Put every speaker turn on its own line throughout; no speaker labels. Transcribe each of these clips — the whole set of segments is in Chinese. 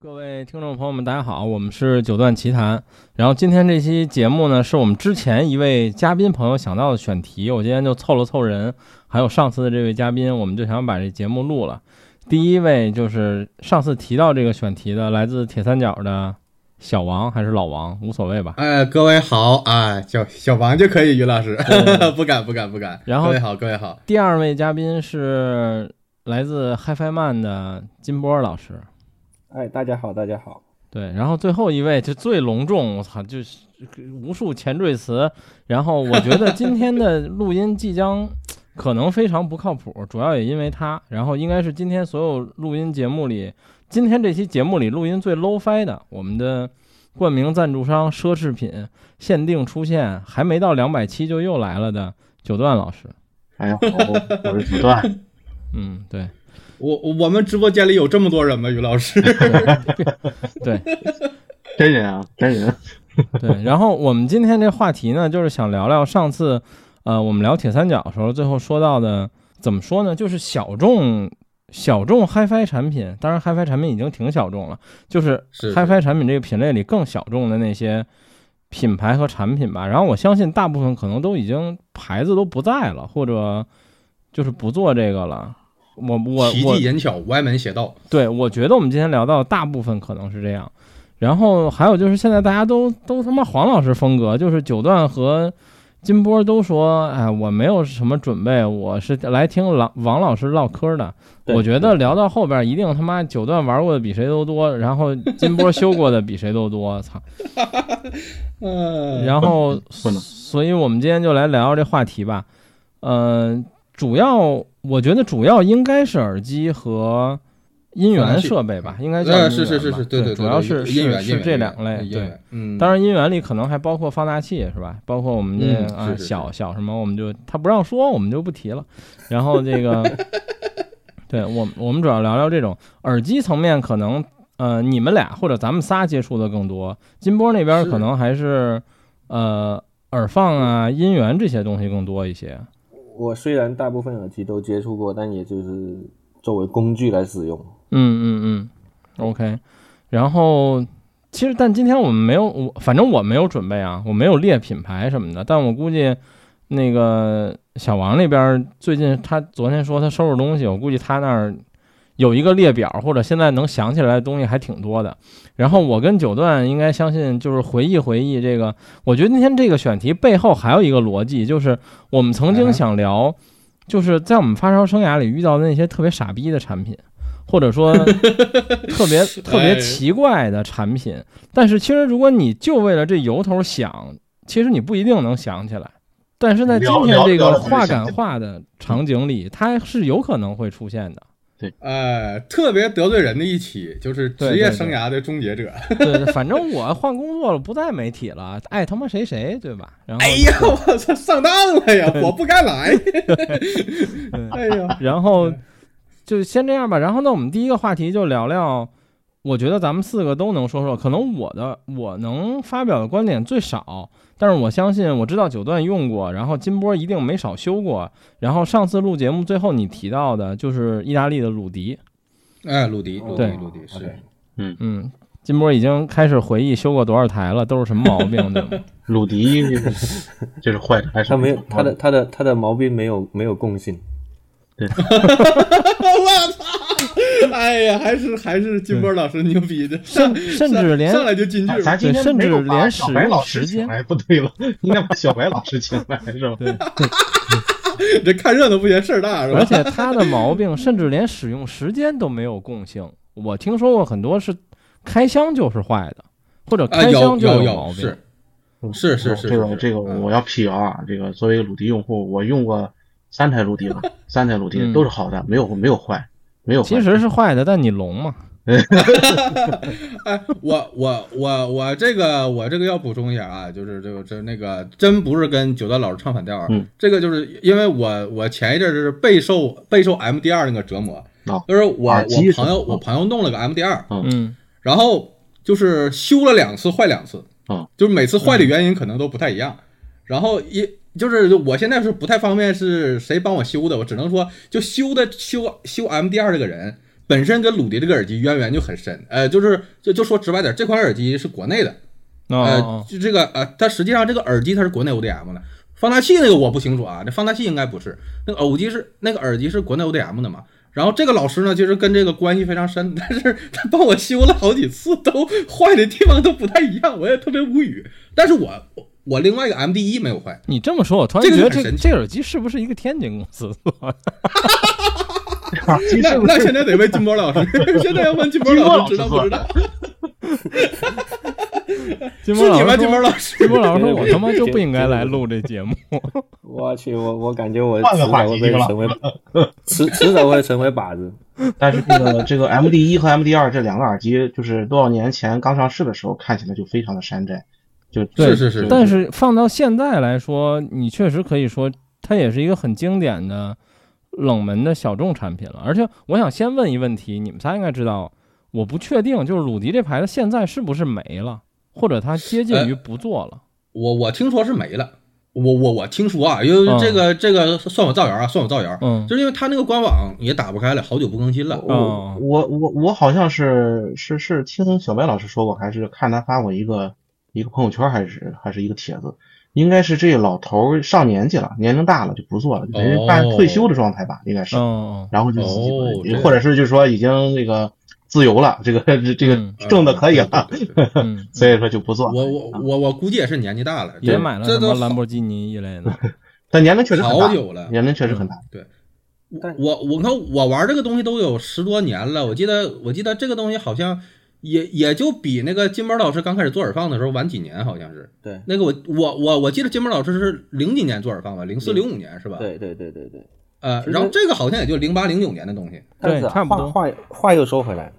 各位听众朋友们，大家好，我们是九段奇谈。然后今天这期节目呢，是我们之前一位嘉宾朋友想到的选题，我今天就凑了凑人，还有上次的这位嘉宾，我们就想把这节目录了。第一位就是上次提到这个选题的，来自铁三角的小王还是老王，无所谓 吧。
哎，各位好啊，小小王就可以，于老师
对对对，
不敢不敢不敢。
然后
各位好，各位好，
第二位嘉宾是来自 HiFi Man 的金波老师，
哎，大家好，大家好。
对，然后最后一位就最隆重，我操，就是无数前缀词。然后我觉得今天的录音即将可能非常不靠谱，主要也因为他。然后应该是今天所有录音节目里，今天这期节目里录音最 low fi 的，我们的冠名赞助商奢侈品限定出现，还没到两百期就又来了的九段老师。
哎，我我是九段，
嗯，对。
我我我们直播间里有这么多人吗？于老师，
真人啊，真人，
对，然后我们今天这话题呢，就是想聊聊上次，呃，我们聊铁三角的时候，最后说到的，怎么说呢？就是小众小众 HiFi 产品，当然 HiFi 产品已经挺小众了，就是
是是
HiFi 产品这个品类里更小众的那些品牌和产品吧。然后我相信大部分可能都已经牌子都不在了，或者就是不做这个了。我我
奇
我
技淫巧，歪门邪道。
对，我觉得我们今天聊到大部分可能是这样，然后还有就是现在大家都都他妈黄老师风格，就是九段和金波都说，哎，我没有什么准备，我是来听老王老师唠嗑的。
对
我觉得聊到后边一定他妈九段玩过的比谁都多，然后金波修过的比谁都多，操！
嗯、
然后，
不能
所以我们今天就来聊聊这话题吧。嗯、主要我觉得主要应该是耳机和音源设备吧，应该叫音源
呃，
吧
是是是是，对对，
主要
对
是
对音
是
源音
是
源
这
音
两
源
类。
音
对，
源，嗯，
当然音源里可能还包括放大器是吧？包括我们这
嗯
啊
是是是
小小什么，我们就他不让说，我们就不提 了。然后这个，对我们我们主要聊聊这种耳机层面可能。呃，你们俩或者咱们仨接触的更多，金波那边
是
可能还是呃耳放啊、音源这些东西更多一些。
我虽然大部分耳机都接触过，但也就是作为工具来使用。
嗯嗯嗯，OK。然后其实，但今天我们没有，我反正我没有准备啊，我没有列品牌什么的。但我估计那个小王那边最近他昨天说他收拾东西，我估计他那儿有一个列表，或者现在能想起来的东西还挺多的。然后我跟九段应该相信就是回忆回忆这个，我觉得今天这个选题背后还有一个逻辑，就是我们曾经
嗯
想聊，就是在我们发烧生涯里遇到的那些特别傻逼的产品。或者 说特别特别
哎
奇怪的产品，但是其实如果你就为了这由头想，其实你不一定能想起来。但是在今
聊
天
聊
这
聊
个
得很
话
详
赶
尽
话的场景里，它是有可能会出现的。
哎，特别得罪人的一起，就是
对
职
对
业
对
生涯的终结者。
对，反正我换工作了，不在媒体了，爱他妈谁谁，对吧？然后，
哎呀， 我操，上当了呀！我不 该来。哎呀，
然后就先这样吧。然后，那我们第一个话题就聊聊，我觉得咱们四个都能说说，可能我的我能发表的观点最少，但是我相信我知道九段用过，然后金波一定没少修过。然后上次录节目最后你提到的就是意大利的鲁迪，
哎，鲁迪，鲁迪，
对
鲁迪是
OK
嗯，金波已经开始回忆修过多少台了，都是什么毛病，对吗？
鲁迪就是坏的，还是
他没有他的他的他的毛病没有没有共性，
我操！ 哎呀，还是还是金波老师牛逼的，上
甚至连
上来就金句
咱。咱今天
对
没有
甚至连
把小白老
使用时
师
间
请来，不对了，应该把小白老师请来是吧？
这看热闹不嫌事儿大是
而
吧？
且它的毛病甚至连使用时间都没有共性。我听说过很多是开箱就是坏的，或者
啊，
开
有
箱就
有
毛
有
病
是。是是是
这
是
个这个
嗯
我要辟谣啊！这个作为鲁迪用户，我用过三台鲁 迪了，三台鲁
嗯
迪都是好的，没有没有坏，没有坏。
其实是坏的，但你聋嘛？
哎，我我我我这个我这个要补充一下啊，就是这个这那个真不是跟九段老师唱反调啊，
嗯
这个就是因为我我前一阵儿就是备受备受 MDR 那个折磨，
哦
啊
就是我
耳
我
机
朋友
是吧
我朋友弄了个 MDR，
嗯，
然后就是修了两次坏两次，
嗯
就是每次坏的原因可能都不太一样。然后一就是我现在是不太方便是谁帮我修的，我只能说就修的修修 MDR 这个人本身跟鲁迪这个耳机渊源就很深，呃，就是就就说直白点，这款耳机是国内的，
哦
呃
哦，
就这个呃，它实际上这个耳机它是国内 ODM 的，放大器那个我不清楚啊，这放大器应该不是，那个耳机是那个耳机是国内 ODM 的嘛。然后这个老师呢，其实跟这个关系非常深，但是他帮我修了好几次，都坏的地方都不太一样，我也特别无语。但是我我我另外一个 MD 一没有坏，
你这么说，我突然
这个
觉得
就很
这
神奇
这耳机是不是一个天津公司做的？ 啊
其
那
实
那现在得问金波 老师，现在要问金波
金波
老
老
师
师
知道不知道？
金波老师
是你吗？
说
金波老师，
金波老师说：“我他妈就不应该来录这节目。
我去，我我感觉我
换
迟
个话
早会
题
被
吧
成为迟迟早会成为靶子。
但是这个这个 MD 一和 MD 二这两个耳机，就是多少年前刚上市的时候，看起来就非常的山寨，就是
对
是是”
但是放到现在来说，你确实可以说它也是一个很经典的冷门的小众产品了。而且我想先问一问题，你们仨应该知道，我不确定就是鲁迪这牌子现在是不是没了，或者它接
哎
近于不做了。
我我听说是没了，我我我听说啊，因
哦
为这个、这个算我造谣啊，算我造谣，
嗯
就是因为他那个官网也打不开了，好久不更新了。
哦
我我我我好像是是是听小白老师说过，还是看他发过一个一个朋友圈，还是还是一个帖子，应该是这老头儿上年纪了，年龄大了就不做了，等于半
哦
退休的状态吧，应该是，
嗯
然后就自己
哦
做耳机
这样
或者是就是说已经这个自由了，这个这这个
嗯
挣的可以啊了，
啊对对 对对
嗯，
所以说就不做了。
我我我我估计也是年纪大了，
也买了
这
什么
都
兰博基尼一类的。
但年龄确实很
好
大，
久了。
年龄确实很大。
但
我我看我玩这个东西都有十多年了，我记得我记得这个东西好像也也就比那个金波老师刚开始做耳放的时候晚几年，好像是
对
那个我我我我记得金波老师是零几年做耳放吧，零四零五年是吧？，
对对对对对。
呃，
其实
然后这个好像也就零八零九年的东西。
但是啊
差不多
话话话又说回来，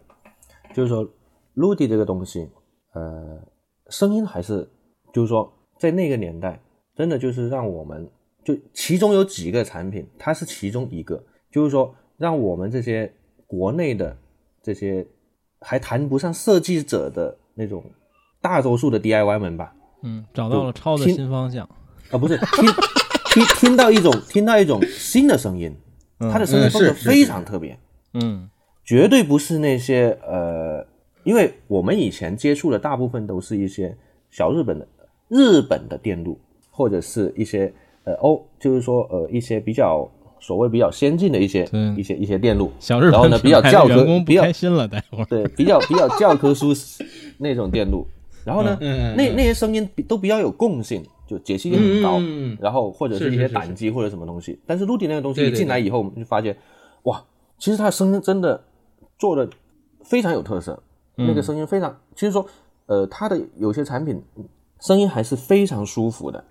就是说，陆地这个东西，呃，声音还是，就是说，在那个年代，真的就是让我们就其中有几个产品，它是其中一个，就是说，让我们这些国内的这些还谈不上设计者的那种大多数的 DIY 们吧，
嗯，找到了超的
听
新方向。
啊，不是听听听到一种听到一种新的声音，它的声音
嗯
风格
是是
非
是
常特别。
嗯
绝对不是那些呃，因为我们以前接触的大部分都是一些小日本的日本的电路，或者是一些呃欧，就是说呃一些比较所谓比较先进的一些
对
一些一些电路，，
小日
然后
本
呢比
品
较
牌
教
的
科
员工不
比较
开心了，待会儿。
对，比较 比较教科书那种电路。然后呢，
嗯嗯嗯
那那些声音比都比较有共性，就解析性很高。
嗯嗯嗯
然后或者
是
是
是
一些
是
胆机或者什么东西，但是陆地那个东西
对
一
对
进来以后，我们就发现，哇，其实它的声音真的做的非常有特色，
嗯
那个声音非常，其实说，呃，它的有些产品声音还是非常舒服的。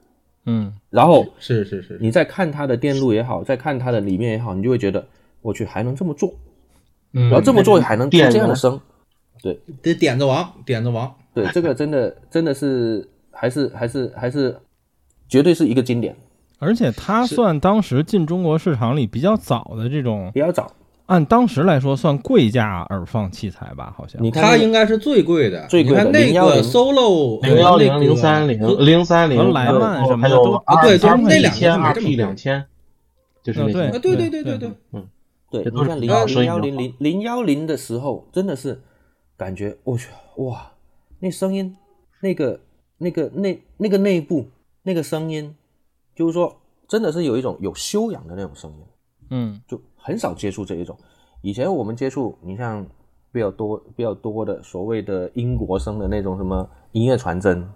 嗯，
然后
是是是，
你再看它的电路也好，再看它的里面也好，你就会觉得，我去还能这么做，
嗯
然后这么做还能出
电
这样的
源
声，
得点子王，点子王，
对，这个真的真的是还是还是还是绝对是一个经典，
而且它算当时进中国市场里比较早的这种，
比较早。
按当时来说算贵价耳放器材吧，好像。
你看那
它
个
应该是最贵的。
最贵的
你看那个
010
solo 呃
零幺零、零三零、零三
和
零、
莱曼什么
还
的
有
都
啊对就是那
两
两个
千、
是没这
二
么
P
贵
两千，就是
啊
那
对
些
啊，对
对
对对对，
对，你
这都是
看
比
零
较
零
受益
幺零
比
零零幺零的时候，真的是感觉我去哇，那声音，那个那个那那个内部那个声音，就是说真的是有一种有修养的那种声音，
嗯
就很少接触这一种。以前我们接触，你像比较多比较多的所谓的英国声的那种什么音乐传真，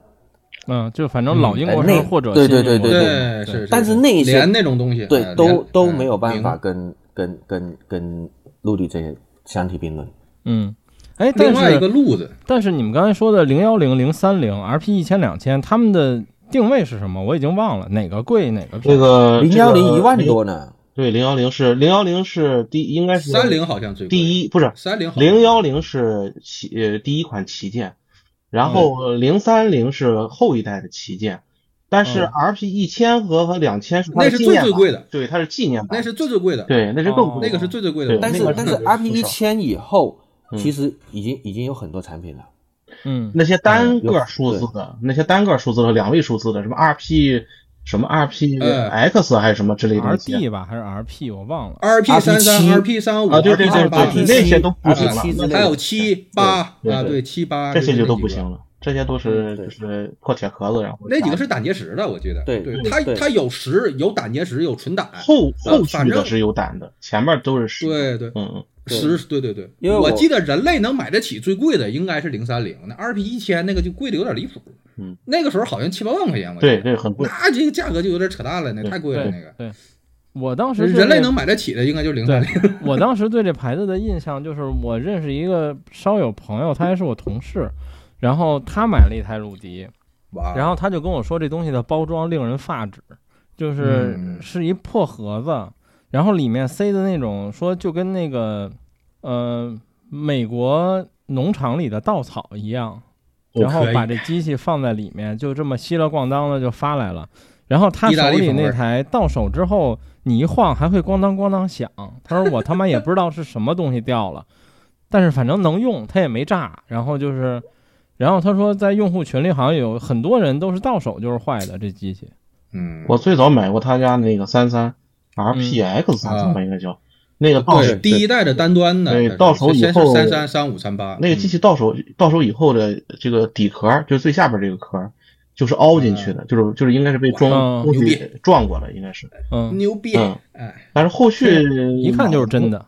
嗯，就反正老英国
嗯
声
哎那
或者
对
新英
对
国
对
声
对，是。
但是那些
连那种东西，
对，
啊
呃
都
连
都
嗯
没有办
零
法跟跟跟跟陆地这些相提并论。
嗯，哎，
另
但
外一个
是
路子，
但是你们刚才说的零幺零、零三零、RP 一千、两千，他们的定位是什么？我已经忘了哪个贵哪个便
呃这
宜。
个
零幺零一万，多呢，
对，零幺零是零幺零是第应该是
三零好像最贵
第一不是
三零好像
零幺零是旗呃第一款旗舰，然
嗯
后零三零是后一代的旗舰，但是
嗯
RP 一千和和两千是它
那
的
是
纪
最
念
最
版，
贵的，
对，它是纪念版，
那是最最贵的，
对，那是更
哦
贵
那
的，
个是最最贵的
对。
但是
那个
但
是
是 RP 一
很少
千以后，
嗯
其实已经已经有很多产品了。
嗯
那些单个数字的，那些单个数字的两位数字的，什么 RP 什么 RP
呃
X 还是什么之类的东西
RD 吧还是 RP 我忘了，
，RP 三三、
RP7
RP 三五、
啊，对对对
二八
对，
RP7
那些都不行
啊 RP7
了，那
之类
那
的
还有七八啊，
对对
对七八
这些就
就是那
都
几个
不行。啊了，这些都是
对
就是破铁壳子，然后
那几个是胆结石的，我记得。
对
对
对，
它
对
它有石，有胆结石，有纯胆。
后
呃
后
反
续的
正
是有胆的，前面都是实
对
的，
对，
嗯嗯，
对
石对对对，
因为
我
我
记得人类能买得起最贵的应该是零三零，那 RP 一千那个就贵的有点离谱。
嗯，
那个时候好像七八万块钱，我记
对
得。
对，很贵，
那这个价格就有点扯淡了，那
对
太贵了那个。
对，我当时
就是
对
人类
这
能买得起的应该就零三零。
我当时对这牌子的印象就是，我认识一个烧友朋友，他还是我同事，然后他买了一台鲁迪，
哇，
然后他就跟我说这东西的包装令人发指，就是
嗯
是一破盒子，然后里面塞的那种说就跟那个呃美国农场里的稻草一样，
我
然后
可以
把这机器放在里面，就这么稀了咣当的就发来了。然后他
意大
手
利
里
风味
那
儿
台到手之后，你一晃还会咣当咣当响。他说我他妈也不知道是什么东西掉了，但是反正能用，它也没炸。然后就是，然后他说在用户群里好像有很多人都是到手就是坏的这机器。
嗯，
我最早买过他家那个三三 RPX 三三吧，应该叫那个到手
啊对第一代的单端的，
对
它是
到手以
先
后
是三三三五三八，嗯
那个机器到手到手以后的这个底壳，就是最下边这个壳，就是凹进去的，就是就是应该是被
哇
撞东
嗯牛
西
逼
撞过了，应该是。
嗯，
牛逼
嗯！
哎，
但是后续
一看就是真的。
的。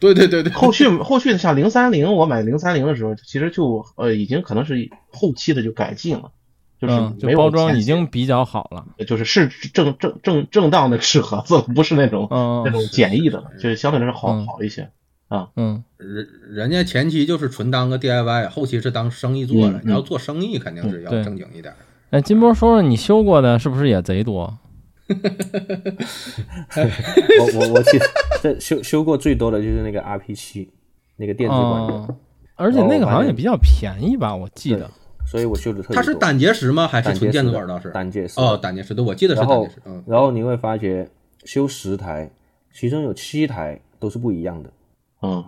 对对对对，
后续后续像零三零，我买零三零的时候，其实就呃已经可能是后期的就改进了，就是
嗯，就
没有
包装
前
已经比较好 了。
就是是正正正正当的纸盒子， 不是那种
嗯
那种简易的了，就是相对来说好
嗯
好一些。
嗯
人人家前期就是纯当个 DIY，后期是当生意做
嗯
的。
嗯
你要做生意，肯定是要
对
正经一点。
哎，金波说说你修过的是不是也贼多？
我我我记得 这修修过最多的就是那个 RP 七，那个电子管
哦
用，
而且那个
哦
好像也比较便宜吧，我记得。
所以我修的特别多。
它是胆结石吗？还是
胆
纯
结
电
石
子
的
管？倒是
胆结石
哦，胆结石对，我记得是
然
胆
后
结石。嗯，
然后你会发觉修十台，其中有七台都是不一样的。
嗯，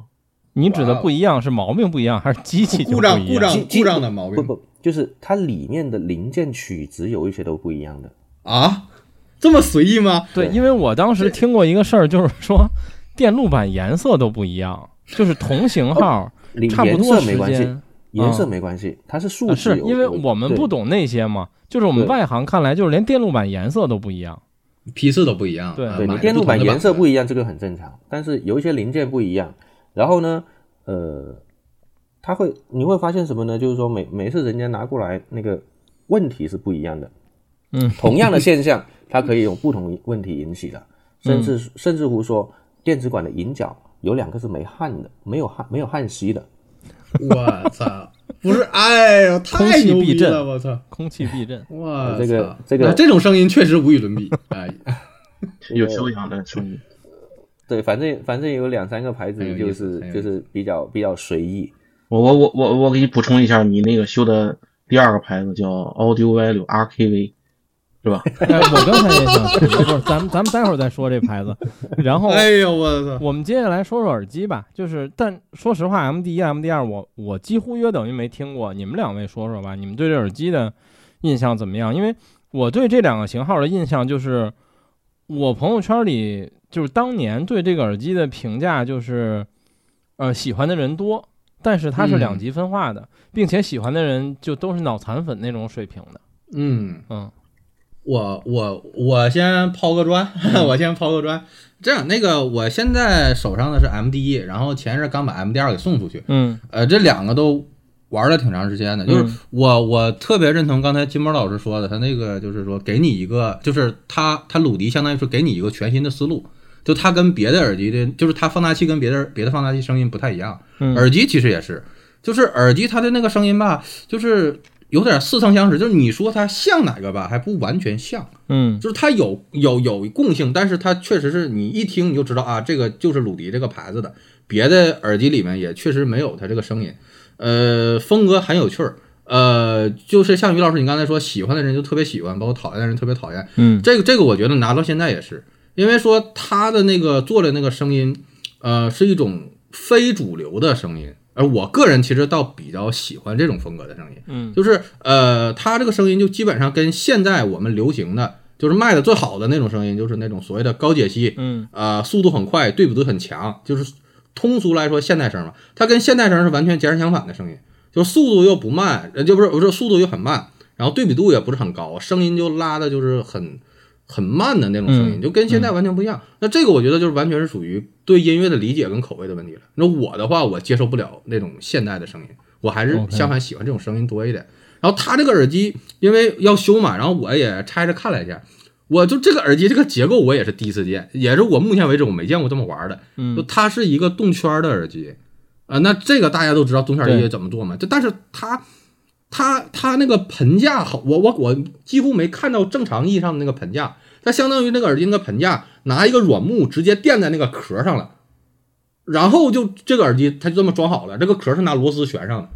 你指的不一样是毛病不一样，还是机器就
故
不
障
一
哦
样？
故障
机机
故障的毛
不
病
不，就是它里面的零件取值有一些都不一样的。
啊，这么随意吗？
对，因为我当时听过一个事儿，就是说电路板颜色都不一样，就是同型号
里
差不
哦颜
多
色没
时
关系
间，。
颜
嗯
色没关系，它是数
啊
值有、
是因为我们
对
不懂那些嘛，就是我们
对
外行看来，就是连电路板颜色都不一样。
批次都不一样。
对
啊
对
买
你
的
电路
不同
板
的
颜色
版
不一样，这个很正常，但是有一些零件不一样。然后呢，呃，它会你会发现什么呢？就是说每每次人家拿过来那个问题是不一样的，
嗯，
同样的现象，它可以有不同问题引起的，
嗯
甚至、甚至乎说电子管的引脚有两个是没焊的，没有焊没有焊锡的，
本。 我操！不是，哎呦，
空
太
气
牛
避
逼
震
了！我操！，
空气避震
哇，
哎这个
操
这个
那这种声音确实无与伦 比。哎，
有修养的声音。
对，反正反正有两三个牌子
很有
就
意思
是
很有
就
意思
是比较比较随意，
我我我我我给你补充一下，你那个修的第二个牌子叫 Audio Value RKV，是吧？
哎，我刚才也想提，不是，咱们咱们待会儿再说这牌子。然后
哎呦，我操！
我们接下来说说耳机吧，就是但说实话，M D 一、M D 二我我几乎约等于没听过。你们两位说说吧，你们对这耳机的印象怎么样？因为我对这两个型号的印象就是，呃我朋友圈里就是当年对这个耳机的评价就是，呃，喜欢的人多，但是它是两
嗯
极分化的，并且喜欢的人就都是脑残粉那种水平的。
嗯。
嗯
我我我先抛个砖，
嗯
我先抛个砖。这样，那个我现在手上的是 M 第一，然后前一阵刚把 M 第二给送出去。
嗯
呃，这两个都玩了挺长时间的，就是
嗯
我我特别认同刚才金波老师说的，他那个就是说给你一个，就是他他鲁迪相当于是给你一个全新的思路，就它跟别的耳机的，就是它放大器跟别的别的放大器声音不太一样，
嗯
耳机其实也是，就是耳机它的那个声音吧，就是有点似曾相识，就是你说它像哪个吧，还不完全像。
嗯
就是它有有有共性，但是它确实是你一听你就知道啊，这个就是鲁迪这个牌子的，别的耳机里面也确实没有它这个声音。呃，风格很有趣儿，呃，就是像于老师你刚才说，喜欢的人就特别喜欢，包括讨厌的人特别讨厌。
嗯
这个这个我觉得拿到现在也是，因为说他的那个做的那个声音，呃，是一种非主流的声音，而我个人其实倒比较喜欢这种风格的声音。
嗯
就是呃，他这个声音就基本上跟现在我们流行的，就是卖的最好的那种声音，就是那种所谓的高解析，
嗯
呃，速度很快，对比度很强，就是通俗来说现代声嘛，它跟现代声是完全截然相反的声音，就是速度又不慢，呃，就不是不是速度又很慢，然后对比度也不是很高，声音就拉的就是很很慢的那种声音，
嗯
就跟现在完全不一样。那这个我觉得就是完全是属于对音乐的理解跟口味的问题了。那我的话，我接受不了那种现代的声音，我还是
OK
相反喜欢这种声音多一点。然后它这个耳机因为要修嘛，然后我也拆着看了一下，我就这个耳机这个结构我也是第一次见，也是我目前为止我没见过这么玩儿的。就
嗯
它是一个动圈儿的耳机，啊、那这个大家都知道动圈儿音乐
对
怎么做嘛？就但是它它它那个盆架好，我我我几乎没看到正常意义上的那个盆架，它相当于那个耳机那个盆架拿一个软木直接垫在那个壳上了，然后就这个耳机它就这么装好了，这个壳是拿螺丝旋上的。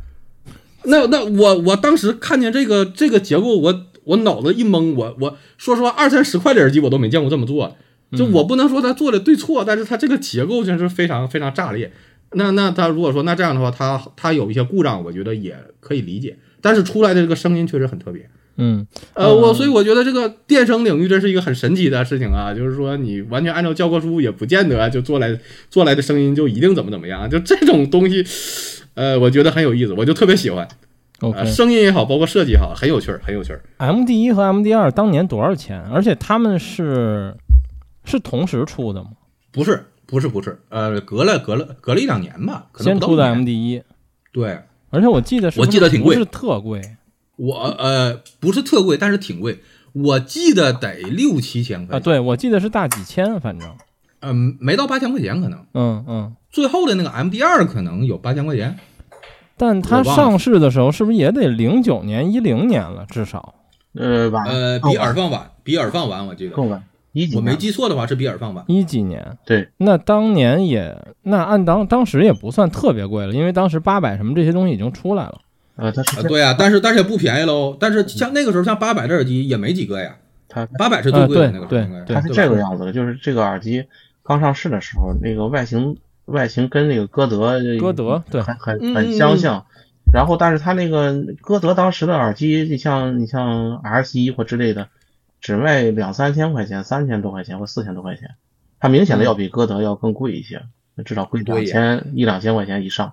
那那我我当时看见这个这个结构，我我脑子一懵，我我说实话，二三十块的耳机我都没见过这么做。就我
嗯
不能说它做的对错，但是它这个结构真是非常非常炸裂。那那它如果说那这样的话，它它有一些故障，我觉得也可以理解。但是出来的这个声音确实很特别，
嗯
呃，我所以我觉得这个电声领域这是一个很神奇的事情啊，就是说你完全按照教科书也不见得就做来做来的声音就一定怎么怎么样，啊就这种东西，呃，我觉得很有意思，我就特别喜欢，
，OK
呃，。声音也好，包括设计也好，很有趣儿，很有趣儿。
M D 一和 M D 二当年多少钱？而且他们是是同时出的吗？
不是不是不是，呃，隔了隔了隔了一两年吧，可能
先
不到
出的
一年
M D 一，
对，
而且我记得是
我记得挺贵
不是特贵。
我呃不是特贵，但是挺贵。我记得得六七千
啊，
块钱，
对，我记得是大几千，反正，
嗯、没到八千块钱可能。
嗯嗯。
最后的那个 M D 二可能有八千块钱，
但它
我忘了
上市的时候是不是也得零九年、一零年了，至少？
呃，晚
呃，比耳放晚，比耳放晚，我记得。
更晚，一几
呃我没
年
记错的话是比耳放晚。
一几年？
对，
那当年也，那按当当时也不算特别贵了，因为当时八百什么这些东西已经出来了。
呃，它
啊，
是
对呀、但是但是也不便宜喽。但是像那个时候，像八百的耳机也没几个呀，
它
八百是最贵
啊
的那个时
对
候应该，
对
它
吧
是这个样子的，就是这个耳机刚上市的时候，那个外形外形跟那个歌德
歌德对
很
嗯
很
嗯
很相像。然后，但是它那个歌德当时的耳机，你像你像 R C 或之类的，只卖两三千块钱，三千多块钱或四千多块钱，它明
嗯
显的要比歌德要更贵一些，至少贵两
对
千一两千块钱以上。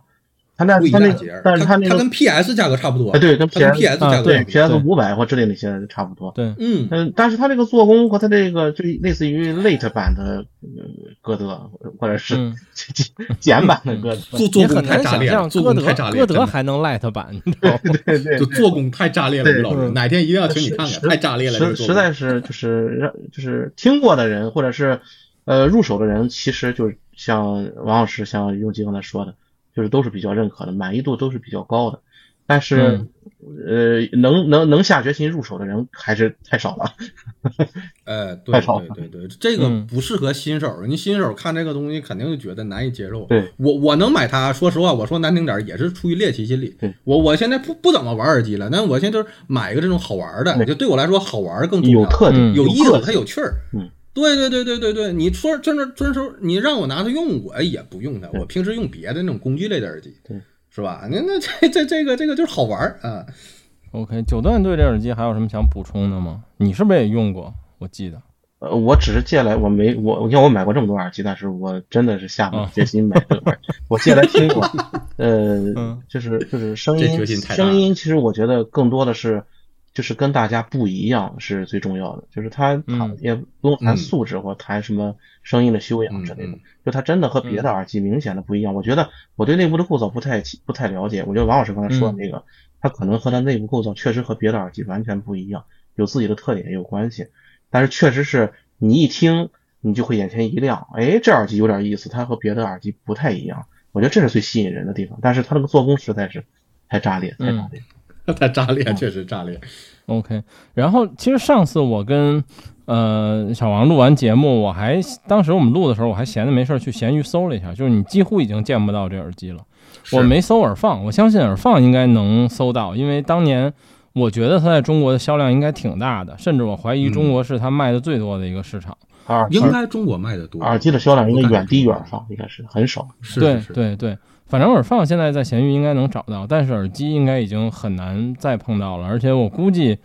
它那
贵一
它那
大
个
截儿。
但是
它
那个
跟 P S 价格差不多
啊，，对，跟
它跟
S
S 价格
对
差不
对 P
多。
S 五百或之类那些差不多。
对，
嗯，
嗯，但是它这个做工和它这个就类似于 late 版的呃歌德，或者是
嗯，
简简版的歌德，
做
也
做工
很
太
难
炸
想
裂了，
象
做
歌
工
德
太炸裂
歌
了，
德
真的
还能 light 版，你知道吗？
对对
就，做工太炸裂了，
对
于老师，哪天一定要请你看看，
实
太炸裂了，这个
实
做
实
工。
在是就是让就是听过的人或者是呃入手的人，其实就是像王老师像用基刚才说的，就是都是比较认可的，满意度都是比较高的，但是。呃，能能能下决心入手的人还是太少了。
呃，对
太吵
对对对，这个
嗯
不适合新手，你新手看这个东西肯定就觉得难以接受。
对，
我我能买它，说实话，我说难听点儿也是出于猎奇心理
对。
我我现在不不怎么玩耳机了，但我现在就是买一个这种好玩的，
对
就对我来说好玩更重要，
有特点，啊
嗯
有意思，
特
它
点
有趣儿。
嗯。
对对对对对对，你说真的真说，你让我拿它用，我也不用它，
对
我平时用别的那种工具类的耳机
对，
是吧？那那这这这个这个就是好玩儿啊。
OK，九段对这耳机还有什么想补充的吗？你是不是也用过？我记得，
呃，我只是借来，我没我你看我买过这么多耳机，但是我真的是下
哦
不了决心买这个耳机，我借来 听过。呃
嗯，
就是就是声
这决
音，
心太大了
声音其实我觉得更多的是就是跟大家不一样是最重要的，就是它
嗯
谈也不用谈
嗯
素质或谈什么声音的修养
嗯
之类的
嗯，
就它真的和别的耳机明显的不一样。我觉得我对内部的构造不太不太了解，我觉得王老师刚才说的那个，它可能和它内部构造确实和别的耳机完全不一样，有自己的特点也有关系。但是确实是你一听，你就会眼前一亮，哎，这耳机有点意思，它和别的耳机不太一样，我觉得这是最吸引人的地方。但是它那个做工实在是太炸裂，太炸裂。
嗯 太炸裂，确实炸裂。
OK，然后其实上次我跟呃小王录完节目，我还当时我们录的时候，我还闲着没事儿去闲鱼搜了一下，就是你几乎已经见不到这耳机了。我
是
没搜耳放，我相信耳放应该能搜到，因为当年我觉得它在中国的销量应该挺大的，甚至我怀疑中国是它卖的最多的一个市场。
耳
应
耳
该中国卖的多，
耳机的销量应该远低于
我
耳
感觉
放，应该是很少。
是
对
是是
对对，反正耳放现在在闲鱼应该能找到，但是耳机应该已经很难再碰到了，而且我估计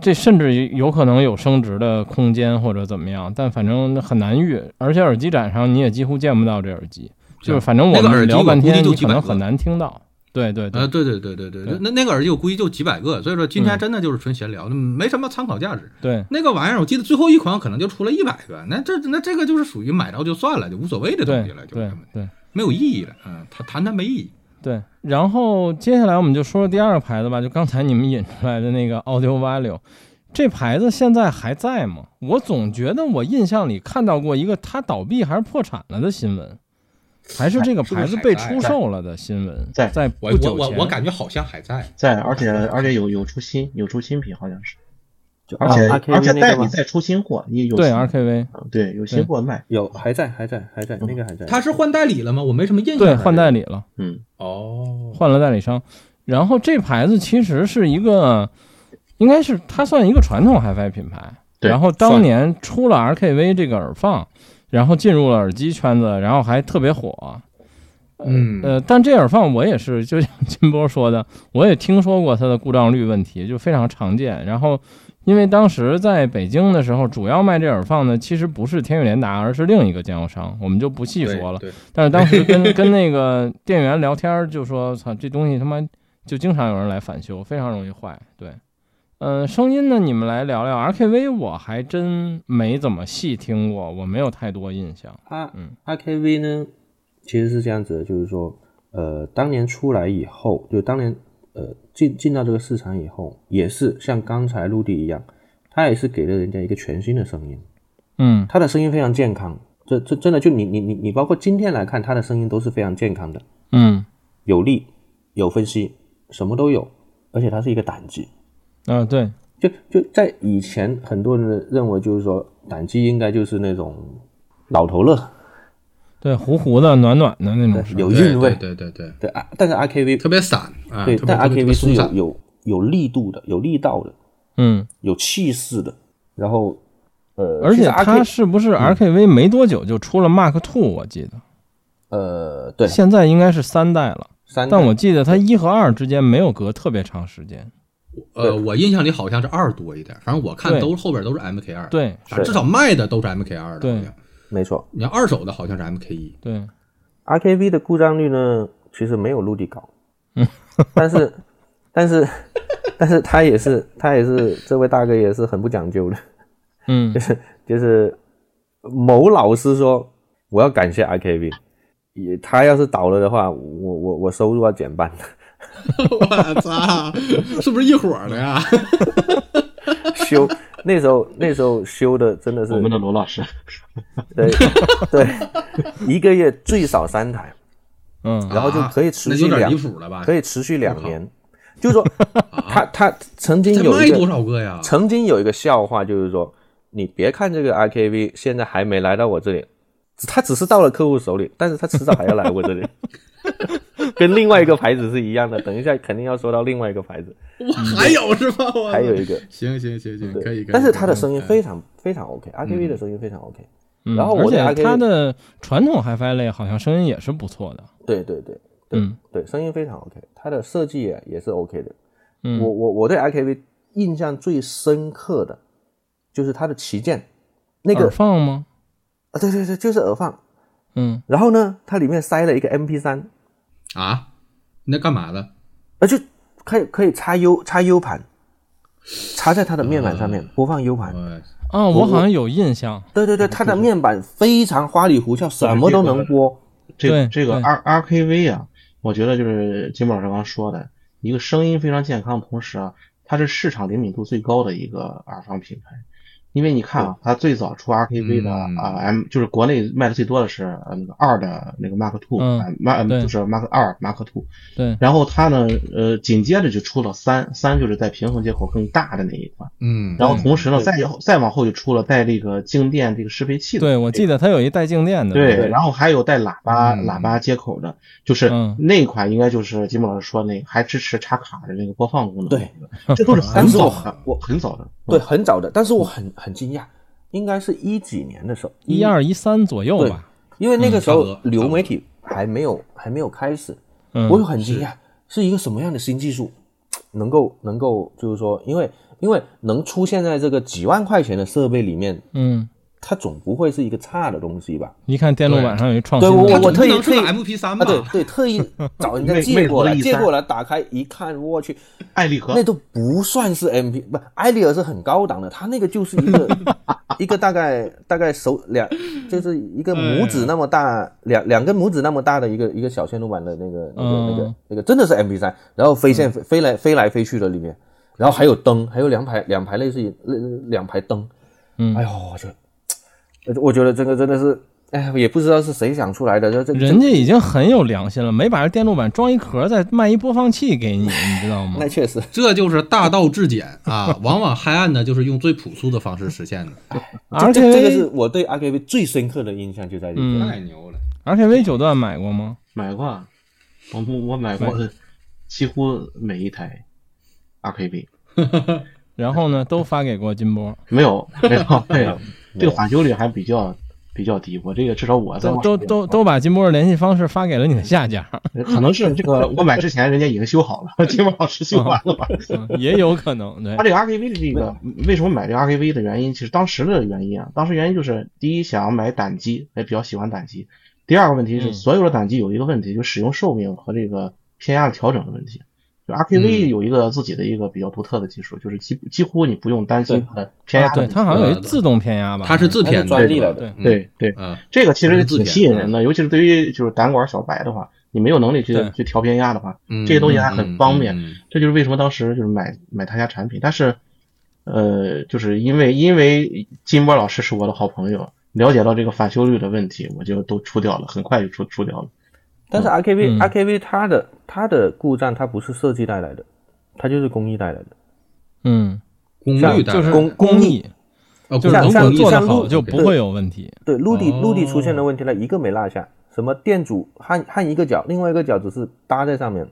这甚至于有可能有升值的空间或者怎么样，但反正很难遇，而且耳机展上你也几乎见不到这耳机，就是反正我
那个耳
们
机
聊半
我估
天
计就
你
几
可
百个
能很难听到。对对对
呃，，对对对对对，
对
那那个耳机我估计就几百个，所以说今天
嗯
真的就是纯闲聊，没什么参考价值。
对，
那个玩意儿，我记得最后一款可能就出了一百个，那这那这个就是属于买着就算了，就无所谓的东西
对
了，就
对对
没有意义了。嗯，谈谈它没意义。
对。然后接下来我们就说说第二个牌子吧，就刚才你们引出来的那个 Audio Value，这牌子现在还在吗？我总觉得我印象里看到过一个它倒闭还是破产了的新闻，还是这个
是不是
牌子
还
被
在
出售了的新闻，
在
在
我
不
我
久
我
前
我感觉好像还在，
在，而且而且有有出新有出新品，好像是，
就
而且、
啊
而
RKV
且
那
代
个
理
吗？
再出新货，你有
对
新啊
RKV
对有新货卖，
有，还在，还在，还在，
嗯
那个还在。
他是换代理了吗？我没什么印象。
对换代理了。
嗯，
哦，
换了代理商。然后这牌子其实是一个，应该是它算一个传统 HiFi 品牌。
对
然后当年出了 RKV 这个耳放，然后进入了耳机圈子，然后还特别火。
嗯
呃，但这耳放我也是，就像金波说的，我也听说过它的故障率问题，就非常常见。然后，因为当时在北京的时候，主要卖这耳放的其实不是天宇联达，而是另一个经销商，我们就不细说了。
对，
但是当时 跟跟那个店员聊天，儿，就说：“操，这东西他妈就经常有人来返修，非常容易坏。”对，嗯、声音呢，你们来聊聊 RKV，我还真没怎么细听过，我没有太多印象。
R
嗯
RKV 呢，其实是这样子的，就是说，呃，当年出来以后，就当年呃进进到这个市场以后，也是像刚才陆地一样，它也是给了人家一个全新的声音，
嗯
它的声音非常健康。这这真的就你你你你包括今天来看，它的声音都是非常健康的，
嗯
有力，有分析，什么都有，而且它是一个胆机。
啊，对，
就就在以前，很多人认为就是说胆机应该就是那种老头乐，
对，糊糊的、暖暖的那种声
有
音。
韵味。
嗯对对对，
对啊，但是 RKV
特别散啊，
对，
特别
但
特别特
RKV
别
是
松
有
散。
有有力度的，有力道的，
嗯，
有气势的。然后，呃，
而
其
且
实嗯
它
RK
是不是 RKV 没多久就出了 Mark Two？我记得
呃，对，
现在应该是三代了，
三代
但我记得它一和二之间没有隔特别长时间。
呃，我印象里好像是二多一点，反正我看
对
都后边都是 MK 二，，
对
反正至少卖的都是 MK 二的。
对
好像，
没错
你要二手的好像是 MK 一。
对，
，RKV 的故障率呢，其实没有陆地 高，嗯，但是，但是，但是他也是他也是这位大哥也是很不讲究的，
嗯。
就是某老师说我要感谢 RKV，也他要是倒了的话，我我我收入要减半。
我操，是不是一伙儿的呀？
嗯修 那时候那时候修的真的是
我们的罗老师，
对对，一个月最少三台，
嗯
然后就可以持
啊那
续
有点
两
离，谱了吧？
可以持续两年。就是说，他他曾经
才
有
卖
一
多
个
少啊个呀？
曾经有一个笑话，就是说，你别看这个 RKV 现在还没来到我这里，他只是到了客户手里，但是他迟早还要来我这里。 跟另外一个牌子是一样的，等一下肯定要说到另外一个牌子，
我还有是吧？我
还有一个，
行行行行，嗯
对，
可以。可以
但是他的声音
可以
非常非常 OK，RKV 的声音非常 OK，
嗯
然后
而
我对
且
RKV
它的传统 HiFi 类好像声音也是不错的。
对对对，对
嗯
对，声音非常 OK，它的设计也也是 OK 的。
嗯
我我我对 RKV 印象最深刻的就是它的旗舰，那个
耳放吗？
啊，对对对，就是耳放。
嗯
然后呢，它里面塞了一个 MP 3
啊？那干嘛的？
啊，就可以可以插 U 插 U 盘，插在它的面板上面、播放 U 盘。
我
啊，我好像有印象。
对对对，它的面板非常花里胡哨，什么都能播。
这
对
个这个
对
R R K V 啊，我觉得就是金宝老师刚刚说的，一个声音非常健康，同时啊，它是市场灵敏度最高的一个耳放品牌。因为你看啊，它最早出 R K V 的
嗯
啊 M，就是国内卖的最多的是呃那个二的那个 Mark Two，
嗯
啊 Mark
对
就是 Mark 二 Mark Two，
对，
然后它呢，呃，紧接着就出了三，三就是在平衡接口更大的那一款，
嗯，
然后同时呢，
对
再以后再往后就出了带这个静电这个适配器的，
对我记得它有一带静电的。
对，
对
然后还有带喇叭
嗯
喇叭接口的，就是
嗯
那款应该就是吉姆老师说那个还支持插卡的那个播放功能，
对，
这都是嗯很嗯
但是
早
我
的，
我
很早的，
对，很早的，但是我很很惊讶，应该是一几年的时候，
一二一三左右
对
吧。
因为那个
嗯
时
差不多
候
差不多
流媒体还没有还没有开始，
嗯
我就很惊讶，是一个什么样的新技术能够能够就是说，因为因为能出现在这个几万块钱的设备里面，
嗯，
它总不会是一个差的东西吧？
一看电路板上有一创
对
新
我
它
的，
总嗯不
特意
能是个
特意
MP 三
啊，对
吧？
对，特 意找人家
魅
借过来，
魅族的 E3
借过来打开一看，我去，
艾力和
那都不算是 MP，不，艾丽尔是很高档的，它那个就是一 个一个大概大概手两，就是一个拇
嗯
指那么大，两两根拇指那么大的一个一个小线路板的那个那个、那个
嗯
那个真的是 MP 三，然后飞线飞飞来飞来飞去的里面，然后还有灯，还有两排两排类似于类两排灯，
嗯
哎呦，我觉得，我觉得这个真的是，哎，也不知道是谁想出来的，这这这
人家已经很有良心了，没把这电路板装一壳，再卖一播放器给你，你知道吗
那？确实。
这就是大道至简啊！往往黑暗呢，就是用最朴素的方式实现的，
这这这个是
RKV
我对 RKB 最深刻的印象，就在这里。
嗯
太牛了！
RKV 九段买过吗？
买过啊，我不我买过几乎每一台 RKB，
然后呢，都发给过金波，
没有没有没有，这个返修率还比较比较低，我这个至少我在
都
网
都
上
都都把金波的联系方式发给了你的下家，
可能是这个我买之前人家已经修好了，金宝老师修完了吧？
嗯也有可能对
他。这个 RKV 的这个为什么买这个 RKV 的原因，其实当时的原因啊，当时原因就是第一想要买胆机，也比较喜欢胆机；第二个问题是
嗯
所有的胆机有一个问题，就使用寿命和这个偏压的调整的问题。就
嗯
RKV 有一个自己的一个比较独特的技术，就是几几乎你不用担心它的偏
啊
压，的
对，
问题。
它好像有一自动偏压吧？
它是自
它是
偏的，
专利来
的
嗯
对对，
嗯，
这个其
还
实
是自
挺
检
吸
嗯
引人的，尤其是对于就是胆管小白的话，你没有能力去
对
去调偏压的话，
嗯
这些东西还很方便。
嗯嗯嗯
这就是为什么当时就是买买他家产品，但是，呃，就是因为因为金波老师是我的好朋友，了解到这个返修率的问题，我就都出掉了，很快就出出掉了。
但是
嗯
RKB、RKB 它的它的故障它不是设计带来的，它就是工艺带来的。
嗯，
功
像
率带
就是
来
工
工
工
艺
艺，
啊，
就是
像
如果
工
像
艺
做得
像
好，
路
就不会有问题。
对，陆地、
哦
陆地出现的问题它一个没落下，什么店主焊焊一个脚，另外一个脚只是搭在上面。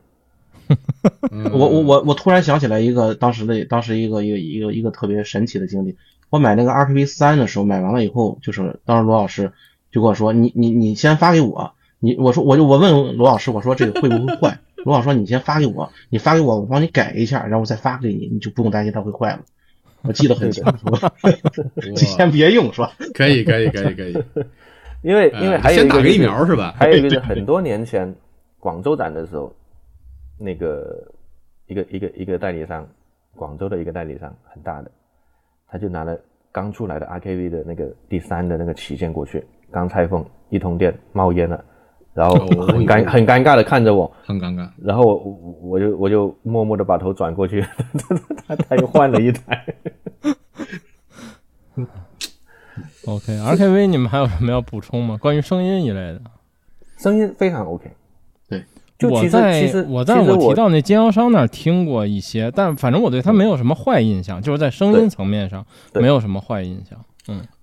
嗯
我我我我突然想起来一个当时的当时一个一个一个一个特别神奇的经历。我买那个 RKB 三的时候，买完了以后，就是当时罗老师就跟我说：“你你你先发给我。”你我说我就我问罗老师，我说这个会不会坏？ 罗老师说：“你先发给我，你发给我，我帮你改一下，然后我再发给你，你就不用担心它会坏了。”我记得很清楚，
哇
先别用是吧？
可以可以可以可以，
因为
呃
因为还有
先
一个、
打
就
个
是
疫苗是吧？
还有一个是很多年前广州展的时候，那个一个一个一个代理商，广州的一个代理商很大的，他就拿了刚出来的 RKV 的那个第三的那个旗舰过去，刚拆封，一通电冒烟了，然后
哦
很尴很尴尬的看着我，
很尴尬，
然后我我我就我就默默的把头转过去，他他又换了一台。
OK，RKV 你们还有什么要补充吗？关于声音一类的？
声音非常 OK。
对，
就
我
其实
在
其实
我在
其实
我提到那经销商那儿听过一些，但反正我对他没有什么坏印象，就是在声音
对
层面上
对
没有什么坏印象。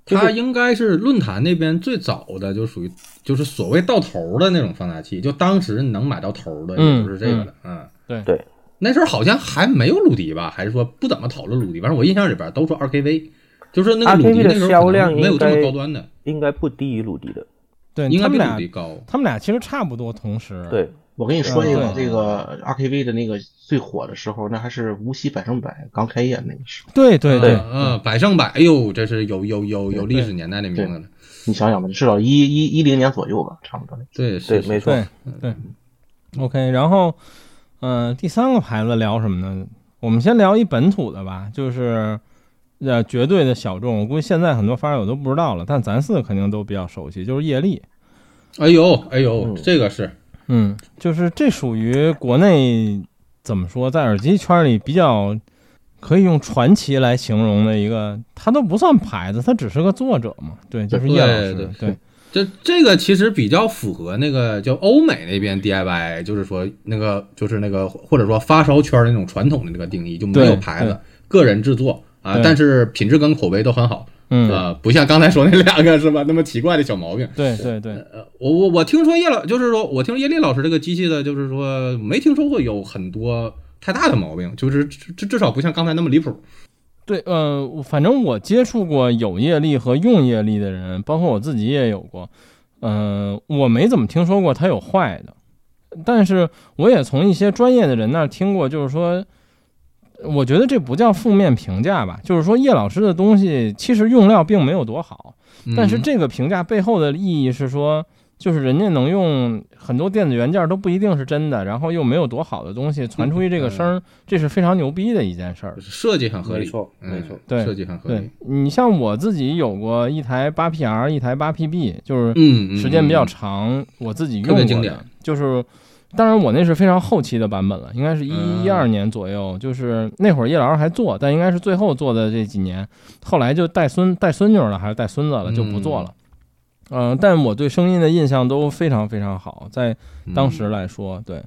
它应该是论坛那边最早的，就属于就是所谓到头的那种放大器，就当时能买到头的，也
嗯
就是这个了，嗯，
对
对。
那时候好像还没有鲁迪吧，还是说不怎么讨论鲁迪？反正我印象里边都说 RKV，就是那个鲁迪那
RKV
时候
的销量
可能没有这么
应该
高端的，
应该不低于鲁迪的，
对
应该
他
比
们
鲁
俩
迪，高。
他们俩其实差不多同时。，
对。
我跟你说一个
嗯，
这个 RKB 的那个最火的时候，那还是无锡百胜百刚开业那个时候，
对对对
嗯，嗯，百胜百，哎呦，这是有有有有历史年代的名字了，
你想想吧，至少一一一零年左右吧，差不多。
对，
对
是，
没
是，
错，
对对，OK。然后，嗯、第三个牌子聊什么呢？我们先聊一本土的吧，就是呃绝对的小众，我估计现在很多发烧友都不知道了，但咱四个肯定都比较熟悉，就是叶力。
哎呦哎呦，这个是，
嗯，就是这属于国内怎么说，在耳机圈里比较可以用传奇来形容的一个，它都不算牌子，它只是个作者嘛。对，就是叶老师。
对对
对
这这个其实比较符合那个叫欧美那边 DIY，就是说那个就是那个或者说发烧圈那种传统的那个定义，就没有
对
牌
对
子，个人制作啊，
对
但是品质跟口碑都很好，
嗯，
呃，不像刚才说那两个是吧，那么奇怪的小毛病。
对对对，
呃，我我我听说叶老，就是说我听说叶丽老师这个机器的，就是说没听说过有很多太大的毛病，就是至至少不像刚才那么离谱。
对，呃，我反正我接触过有业力和用业力的人，包括我自己也有过。嗯、我没怎么听说过它有坏的，但是我也从一些专业的人那儿听过，就是说我觉得这不叫负面评价吧，就是说叶老师的东西其实用料并没有多好，
嗯
但是这个评价背后的意义是说，就是人家能用很多电子元件都不一定是真的，然后又没有多好的东西传出去这个声儿，这是非常牛逼的一件事儿。
设计很合
没
理，
错
嗯
没错，
对
设计很合
对
理，
你像我自己有过一台八 PR，一台八 PB，就是
嗯，嗯
时间比较
嗯
长，我自己
特别
用
经
过
典
的，就是。当然，我那是非常后期的版本了，应该是一
嗯
一二年左右，就是那会儿叶老师还做，但应该是最后做的这几年，后来就带孙带孙女了，还是带孙子了，就不做了。嗯、但我对声音的印象都非常非常好，在
嗯
当时来说，对。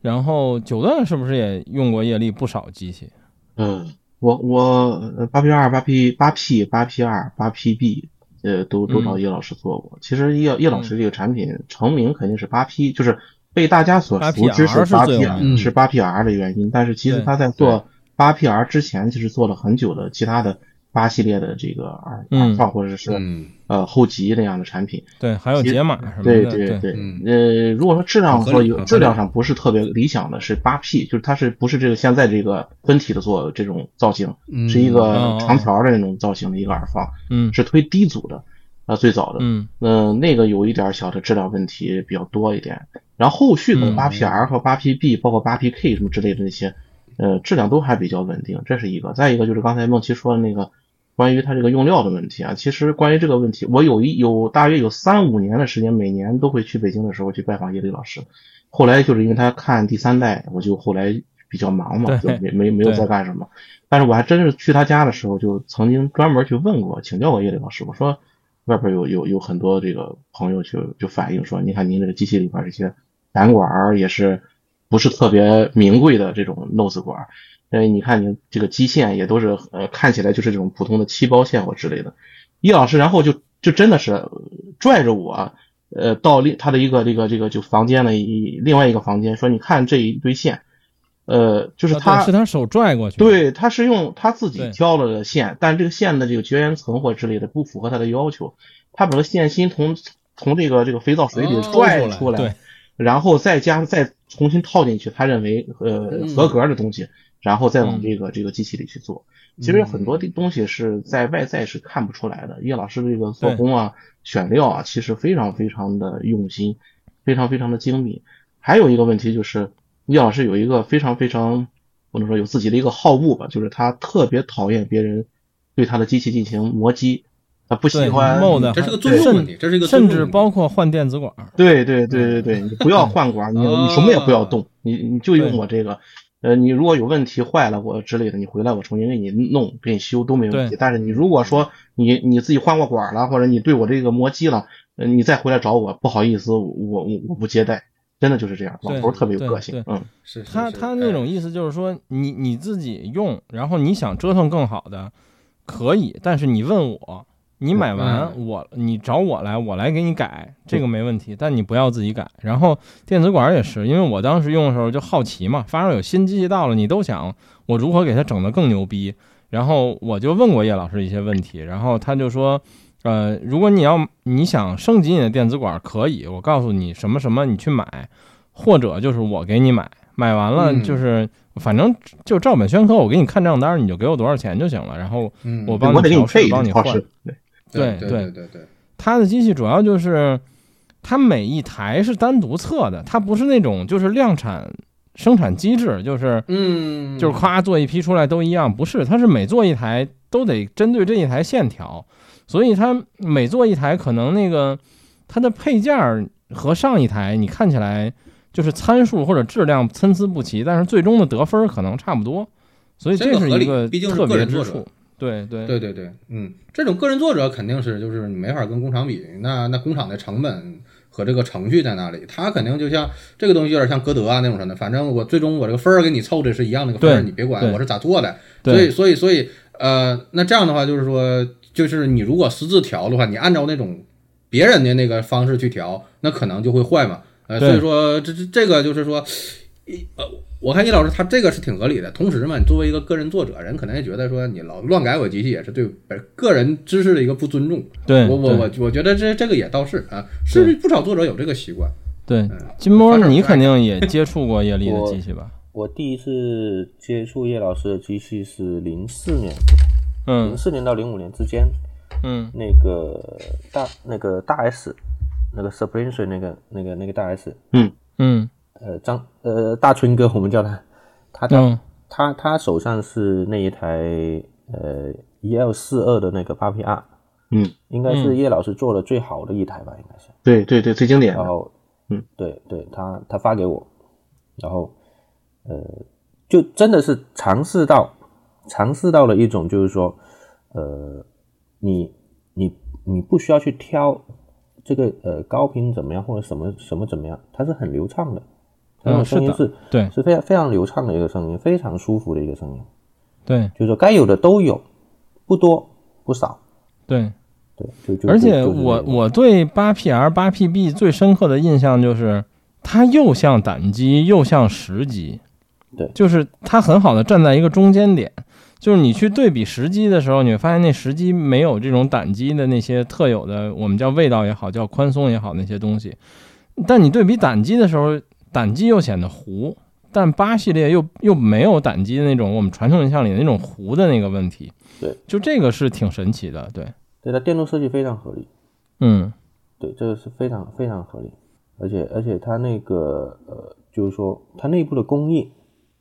然后九段是不是也用过叶力不少机器？
嗯，我我呃八 P 二、八 P 八 P、八 P 二、八 PB，呃，都都找叶老师做过。其实叶叶老师这个产品成名肯定是八 P，就是被大家所熟知
8PR
八
是最有
P
名
是八 PR 的原因。但是其实
对
他在做八 PR 之前，其实做了很久的其他的八系列的这个耳
嗯
耳套或者是
嗯
呃后级那样的产品。
对，还有
其实
解码什么的，
对
对
对，
嗯
呃，如果说质量
很合
说
理
有
很
质
合理
量上不是特别理想的是八 P，就是它是不是这个现在这个分体的做这种造型，
嗯
是一
哦
个
哦
长条的那种造型的一个耳放，
嗯
是推低阻的，啊，最早的，
嗯
嗯，那个有一点小的质量问题比较多一点，然后后续的
嗯
八 PR 和八 PB，包括八 PK 什么之类的那些，呃，质量都还比较稳定，这是一个。再一个就是刚才梦琪说的那个关于它这个用料的问题啊，其实关于这个问题，我有一有大约有三五年的时间，每年都会去北京的时候去拜访叶丽老师。后来就是因为他看第三代，我就后来比较忙嘛，就
对
没没没有
对
再干什么。但是我还真是去他家的时候，就曾经专门去问过，请教过叶丽老师，我说外边有有有很多这个朋友就就反映说，你看您这个机器里边这些胆管儿也是不是特别名贵的这种 nose 管儿，呃，你看你这个基线也都是呃看起来就是这种普通的七包线或之类的。叶老师然后就就真的是呃拽着我，呃，到另他的一个这个这个就房间的一另外一个房间说，你看这一堆线，呃，就是
啊
他、
对是他手拽过去的，
对，他是用他自己
对
挑了的线，但这个线的这个绝缘层或之类的不符合他的要求，他把这个线芯从从这个这个肥皂水里
哦
拽
抽出
出
来对
然后再加再重新套进去他认为呃
嗯
合格的东西，然后再往
嗯
这个这个机器里去做。其实很多
嗯
的东西是在外在是看不出来的，叶老师这个做
对
工啊、选料啊，其实非常非常的用心，非常非常的精密。还有一个问题就是，叶老师有一个非常非常不能说有自己的一个好恶吧，就是他特别讨厌别人对他的机器进行磨叽，他不喜
对
欢
，mod
这是个尊重问题，这是一个尊
甚
重
至
问题
包括换电子管儿，
对对对对对，你不要换管，你你什么也不要动，你你就用
对
我这个。呃，你如果有问题坏了我之类的，你回来我重新给你弄，给你修都没问题
对。
但是你如果说你你自己换过管了，或者你对我这个磨叽了，呃，你再回来找我，不好意思，我我我我不接待，真的就是这样，老
对
头儿特别有
对
个性
对，
嗯，
是是
他
是
他
哎
那种意思就是说，你你自己用，然后你想折腾更好的，可以，但是你问我，
嗯
你买完我你找我来，我来给你改，这
嗯
个没问题，但你不要自己改。然后电子管儿也是，因为我当时用的时候就好奇嘛，发现有新机器到了，你都想我如何给它整得更牛逼。然后我就问过叶老师一些问题，然后他就说，呃，如果你要你想升级你的电子管儿，可以，我告诉你什么什么，你去买，或者就是我给你买，买完了
嗯
就是、反正就照本宣科，我给你看账单儿，你就给我多少钱就行了。然后
嗯
我帮
我得给
你调
你
试
配一
帮
个
你
超
换
市，对
对
对
对对对，
它的机器主要就是它每一台是单独测的，它不是那种就是量产生产机制，就是
嗯，
就是夸做一批出来都一样，不是，它是每做一台都得针对这一台线调，所以它每做一台可能那个它的配件儿和上一台你看起来就是参数或者质量参差不齐，但是最终的得分儿可能差不多，所以
这个
是
合理
一个
毕竟是
特
个
别
人
之
作者
处。对对
对对对，嗯，这种个人作者肯定是就是你没法跟工厂比，那那工厂的成本和这个程序在那里，他肯定就像这个东西有点像歌德啊那种什么，反正我最终我这个分儿给你凑的是一样的个分儿，
对
你别管
对
我是咋做的，所以
对
所以所以呃，那这样的话就是说，就是你如果私自调的话，你按照那种别人的那个方式去调，那可能就会坏嘛，呃，
对
所以说这这这个就是说。呃我看叶老师他这个是挺合理的，同时嘛，你作为一个个人作者，人可能也觉得说你老乱改我机器也是对本个人知识的一个不尊重。
对，
我我
对
我我觉得这这个也倒是啊，是不是不少作者有这个习惯？
对
嗯
金波
反，正
你
不爱
肯定也接触过叶力的
我
机器吧？
我第一次接触叶老师的机器是零四年，零
嗯
四年到零五年之间，
嗯
那个大那个大 S，那个 Supreme 水那个那个那个大 S，
嗯
呃张呃大春哥我们叫他，他当
嗯
他他手上是那一台呃一 L 四二的那个八 P R，
嗯，
应该
嗯
是叶老师做的最好的一台吧，应该是。
对对对，最经典
然
的，
后，
嗯，
对对，他他发给我，然后，呃，就真的是尝试到尝试到了一种就是说，呃，你你你不需要去挑这个呃高频怎么样或者什么什么怎么样，它是很流畅的，它
嗯
的
是
声音
的
是
对
是非常非常流畅的一个声音，非常舒服的一个声音。
对
就是说该有的都有，不多不少，
对，
对，就就
而且
就就是
我
这个
我对八 PR 八 PB 最深刻的印象就是，它又像胆机又像实机，
对
就是它很好的站在一个中间点。就是你去对比实机的时候，你会发现那实机没有这种胆机的那些特有的，我们叫味道也好，叫宽松也好那些东西。但你对比胆机的时候，胆机又显得糊，但八系列又又没有胆机的那种我们传统印象里的那种糊的那个问题。
对，
就这个是挺神奇的，对，
对它电路设计非常合理，
嗯
对，这个是非常非常合理，而且而且它那个呃，就是说它内部的工艺，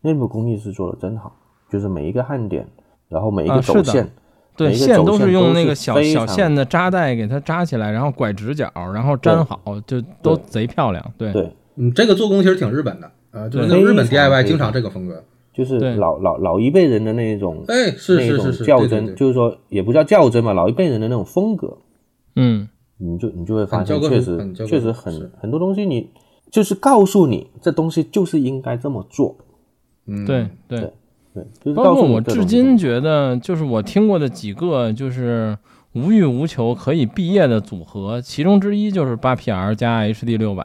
内部工艺是做的真好，就是每一个焊点，然后每一
啊
个
是
走
的
线，
对，
每一个
线
轴
都
线
是用
都
那
是
个小
非
小
常
线的扎带给它扎起来，然后拐直角，然后粘
对
好，就都
对
贼漂亮。对，
对，
嗯，这个做工其实挺日本的啊，就是那
对
种日本
非常
DIY
非
经常
常
这个风格。
就是
对
老老老一辈人的那一种。
哎，是
那一
是
种
是是，
较
对
真，
对对，
就是说也不叫较真吧，老一辈人的那种风格，
嗯，
你就你就会发
很教
现，
科
确
书
实
很教科
确
书
实很
是
很多东西你就是告诉你这东西就是应该这么做，
嗯，
对对。
对，就是
包
告
括
诉
我
你这
至
东西
今觉得，就是我听过的几个就是无欲无求可以毕业的组合，其中之一就是八 PR 加 HD 六百，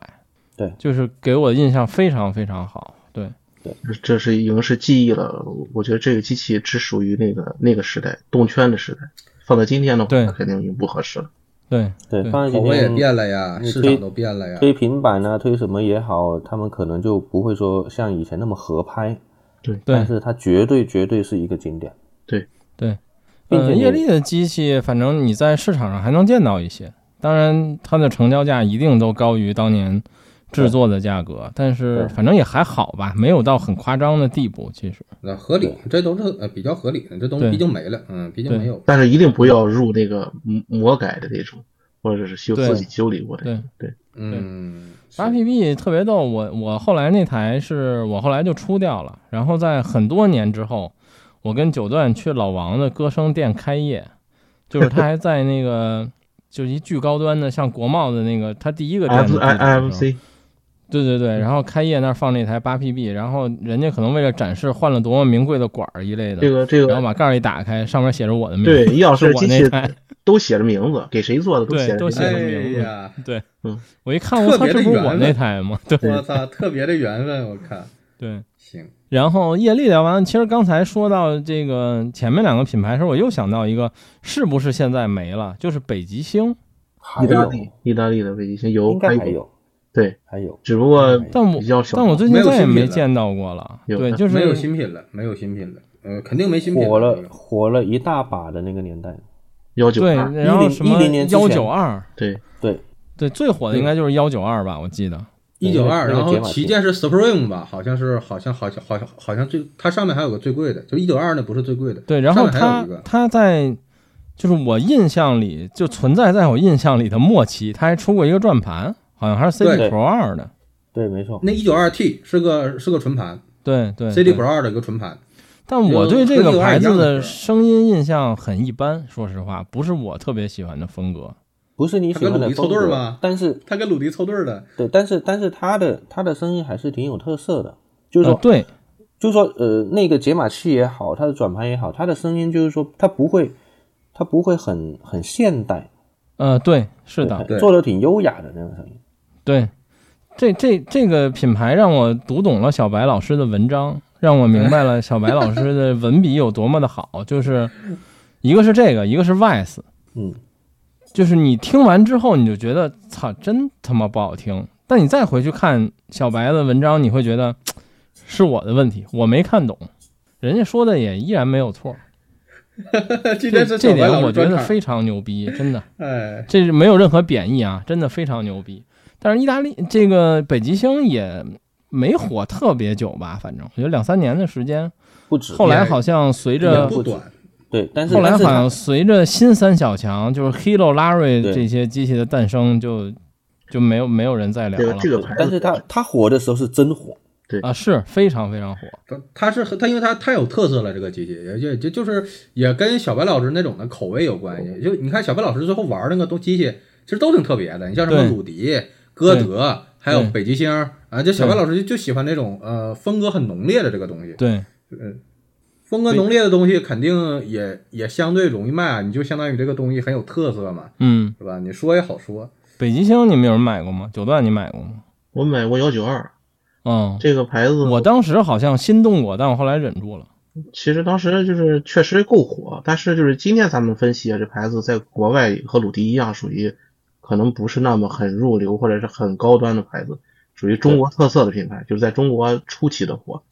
对
就是给我的印象非常非常好。对，
这是已经是记忆了。我觉得这个机器只属于那个那个时代动圈的时代，放在今天的话，
对
它肯定已经不合适了。
对，
对，放在
口
今
味也
天嗯
变了呀，
你
市
推
场都变了呀。
推平板啊，推什么也好，他们可能就不会说像以前那么合拍，
对，
但是它绝对绝对是一个经典，
对，
并
呃，
且
业
你
力的机器，反正你在市场上还能见到一些，当然它的成交价一定都高于当年制作的价格，但是
对
反正也还好吧，没有到很夸张的地步。其实，
那合理，这都是呃比较合理的，这东西
对
毕竟没了，嗯，毕竟
对
没有。
但是一定不要入那个魔魔改的那种，或者是修
对
自己修理过的。
对
对，
嗯，
八
是
PB 特别逗，我我后来那台是我后来就出掉了，然后在很多年之后，我跟九段去老王的歌声店开业，就是他还在那个就是一巨高端的，像国贸的那个他第一个店的地
F
址
I
的时
I
候
F C
对对对，然后开业那儿放了一台八 PB，然后人家可能为了展示换了多么名贵的管儿一类的，
这个这
然后
个
把盖儿一打开，上面写着我的名字，
对，易老师
是
的
我
机
那
器
台，
都写着名字，给谁做的都
对
写着
都
名
写着
字。
哎
名字
呀，
对
嗯
我一看，我操，
特别
这
的
不是我
缘分
那台吗？对
我操，特别的缘分，我看
对。
行，
然后业力聊完，其实刚才说到这个前面两个品牌的时候，我又想到一个，是不是现在没了？就是北极星，
还
意大
有
利，意大利的卫星有
应该还
有，
有
对，
还有，
只不过
但我
比较小
但我最
没
近
有
再也
新品
没
了
见到过了。
有
对，
的
就是
没有新品了，没有新品了，呃，肯定没新品
火
这
了
个
火了一大把的那个年代，
幺九
对，
二，
然后什么
10年之
幺
前
九二，
对，
对
对，最火的应该就是幺九二吧，我记得。
一九二，
那个
然后
解码器
旗舰是 Supreme 吧？好像是，好像，好像，好像，好像最它上面还有个最贵的，就一九二那不是最贵的，
对，然后
上面还
他
有一个
他在就是我印象里就存在在我印象里的末期，他还出过一个转盘，好像还是 CD
对
Pro 二的。
对，没错，
那一九二 T 是个是个纯盘
对对
，CD
对
Pro 二的一个纯盘，
但我对这个牌子的
嗯
声音印象很一般，说实话，不是我特别喜欢的风格。
不是你
它
喜
跟
欢
鲁
的
迪凑
风
对儿
格
吗，
但是
它跟鲁迪凑对儿的，
对，但是但是它的它的声音还是挺有特色的，就是
呃
嗯
说，
对
就是说，呃，那个解码器也好，它的转盘也好，它的声音就是说，它不会，它不会很很现代，
呃，对，是的，
对
做的挺优雅的那种声音。
对，这这这个品牌让我读懂了小白老师的文章，让我明白了小白老师 的文笔有多么的好。就是一个是这个，一个是 Vice，
嗯，
就是你听完之后，你就觉得操，真他妈不好听。但你再回去看小白的文章，你会觉得，是我的问题，我没看懂，人家说的也依然没有错。 这
今天是小
这
白
点
老
我觉
师专
得
场，
非常牛逼，真的，
哎，
这是没有任何贬义啊，真的非常牛逼。但是意大利这个北极星也没火特别久吧，反正我觉得两三年的时间。
不止。
后来好像随
也
着
不短，
对，但是
后来好
但是它
像随着新三小强，就是 Hilo、Larry
对
这些机器的诞生，就就没有没有人再聊
这个
了
这个牌子，
但是它它火的时候是真火，
啊，是非常非常火。
它它是它，因为它太有特色了，这个机器也也就就是也跟小白老师那种的口味有关系。就你看小白老师最后玩那个东机器，其实都挺特别的。你像什么
对
鲁迪、歌德，还有
对
北极星啊，就小白
对
老师就就喜欢那种呃风格很浓烈的这个东西。
对，
嗯，风格浓烈的东西肯定也也相对容易卖啊，你就相当于这个东西很有特色嘛，
嗯，
是吧？你说也好说。
北极星你们有人买过吗？九段你买过吗？
我买过幺九二
嗯，
这个牌子，
我当时好像心动过，但我后来忍住了。
其实当时就是确实够火，但是就是今天咱们分析啊，这牌子在国外和鲁迪一样，属于可能不是那么很入流或者是很高端的牌子，属于中国特色的品牌，就是在中国初期的火。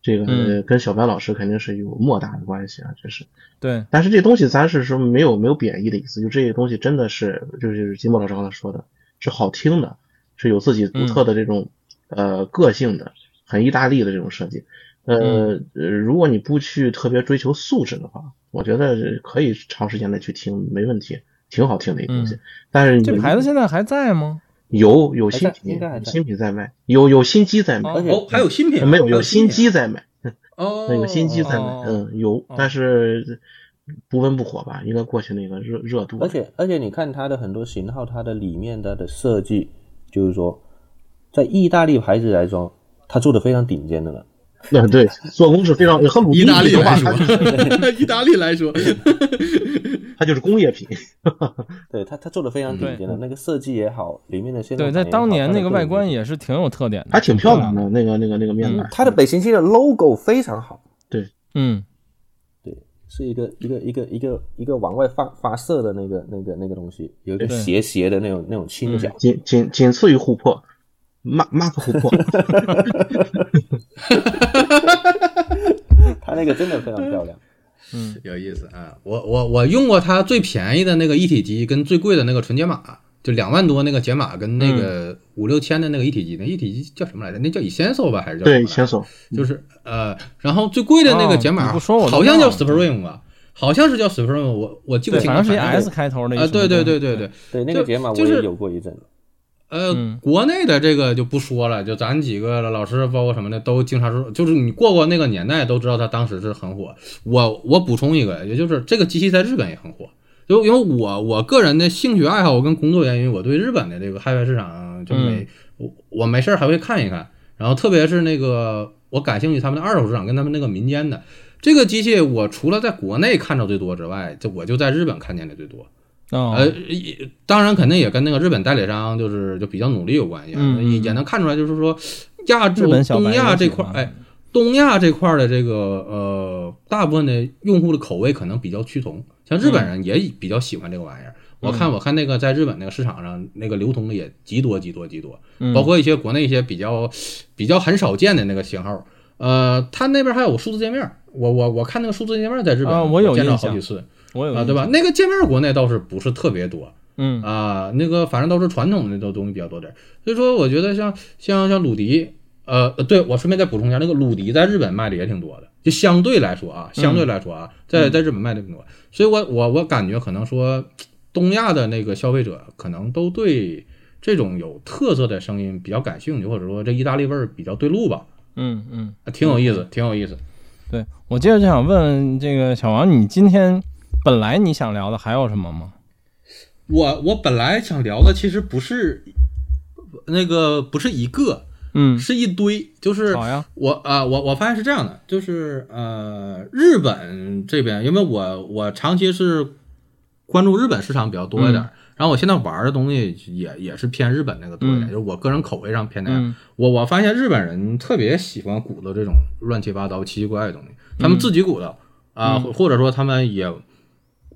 这个
嗯
呃跟小白老师肯定是有莫大的关系啊，这是。
对，
但是这东西咱是说没有没有贬义的意思，就这些东西真的是就是金莫老师刚才说的，是好听的，是有自己独特的这
嗯
种、呃个性的，很意大利的这种设计。呃，
嗯
呃如果你不去特别追求素质的话，我觉得可以长时间的去听，没问题，挺好听的一个东西。
嗯
但是你
这牌子现在还在吗？
有
还
有新
在应
品
该还，在
新品在卖，有有新机在卖，
哦
而且
哦，还有新品啊
没有有
新
新
品
机在卖。
哦，
那 有新机在卖，
哦
嗯，有，但是不温不火吧，应该过去那个热热度。
而且而且你看它的很多型号，它的里面它的设计，就是说，在意大利牌子来说，它做的非常顶尖的了。
那对做工是非常和鲁
意大利
的
来
话，
说
它就，
意大利来说，
它就是工业品。
对它，它做的非常顶尖的，那个设计也好，里面的现
嗯对，在当年那个外观也是挺有特点的，
还挺漂亮
的。
的，那个那个那个面板，
它的北行星的 logo 非常好，
嗯，
是一个一个一个一个一个往外发发射的那个那个那个东西，有一个
对嗯
斜斜的那种那种倾角。
仅仅仅次于琥珀，马马 克琥珀，
它那个真的非常漂亮。
有意思啊！我我我用过它最便宜的那个一体机，跟最贵的那个纯解码，就两万多那个解码，跟那
嗯
个五六千的那个一体机，那一体机叫什么来着？那叫 Essential 吧，还是叫什
对，
么来
前
着？
手
就是呃，然后最贵的那个解
哦
码，
你不说我都
好像
忘
叫
了
Supreme 吧，好像是叫 Supreme，我我记不
对，
清
反
了。
正是一
反正
S 开头的一
啊，
什么
对对对
东西
对对，
对，那个
就
解码我
就是
也有过一阵。
呃，
嗯
国内的这个就不说了，就咱几个老师，包括什么的，都经常说，就是你过过那个年代，都知道它当时是很火。我我补充一个，也就是这个机器在日本也很火，就因为我我个人的兴趣爱好跟工作原因，我对日本的这个海外市场就没、我我没事儿还会看一看，然后特别是那个我感兴趣他们的二手市场跟他们那个民间的这个机器，我除了在国内看着最多之外，就我就在日本看见的最多。
哦
呃，也当然肯定也跟那个日本代理商就是就比较努力有关系啊，
嗯嗯
也也能看出来，就是说亚
日
洲
本小白
东亚这块
也，喜欢嗯
哎，东亚这块的这个呃，大部分的用户的口味可能比较趋同，像日本
嗯
人也比较喜欢这个玩意儿。我看我看那个在日本那个市场上那个流通的也极多极多极多，
嗯
包括一些国内一些比较比较很少见的那个型号。呃，他那边还有数字界面，我我我看那个数字界面在日本、
啊我有
见着
印
好
象
几次
我有
啊，对吧？？那个界面国内倒是不是特别多，
嗯
啊，那个反正都是传统的那种东西比较多点儿。所以说，我觉得像像像鲁迪，呃，呃对我顺便再补充一下，那个鲁迪在日本卖的也挺多的，就相对来说啊，相对来说啊，在在日本卖的挺多。所以我我我感觉可能说，东亚的那个消费者可能都对这种有特色的声音比较感兴趣，或者说这意大利味儿比较对路吧，
嗯嗯，
啊挺有意思，挺有意思。
对我接着就想问这个小王，你今天本来你想聊的还有什么吗？
我我本来想聊的其实不是那个不是一个，
嗯，
是一堆，就是
好呀，
我啊、我我发现是这样的，就是呃，日本这边，因为我我长期是关注日本市场比较多一点，
嗯
然后我现在玩的东西也也是偏日本那个多一点，
嗯
就是我个人口味上偏那样。
嗯
我我发现日本人特别喜欢鼓捣这种乱七八糟、奇奇怪怪的东西，他们自己鼓捣啊、或或者说他们也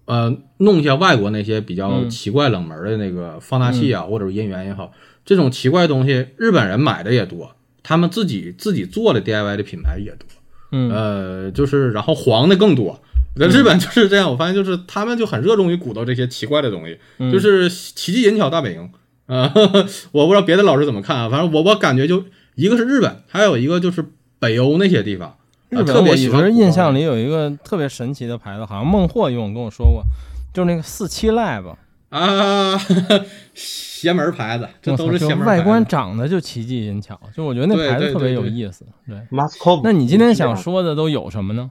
呃弄一下外国那些比较
嗯
奇怪冷门的那个放大器啊，或者是音源也好，这种奇怪的东西，日本人买的也多，他们自己自己做的 DIY 的品牌也多，
嗯
呃，就是然后黄的更多。在日本就是这样，我发现就是他们就很热衷于鼓捣这些奇怪的东西，
嗯
就是奇技淫巧大本营啊、呵呵 我不知道别的老师怎么看啊，反正我我感觉就一个是日本，还有一个就是北欧那些地方，呃
日
特
本
别
我
喜
一
欢
直
鼓捣
印象里有一个特别神奇的牌子，好像孟获用跟我说过，就是那个四七 lab，
啊， 邪门儿牌子，这
我
都
操
是
就
邪门儿牌
外
子
观长得就奇技淫巧，就我觉得那
对
牌子
对
特别
对
有
对哦
意思。对，
m a s c o
那你今天想说的都有什么呢？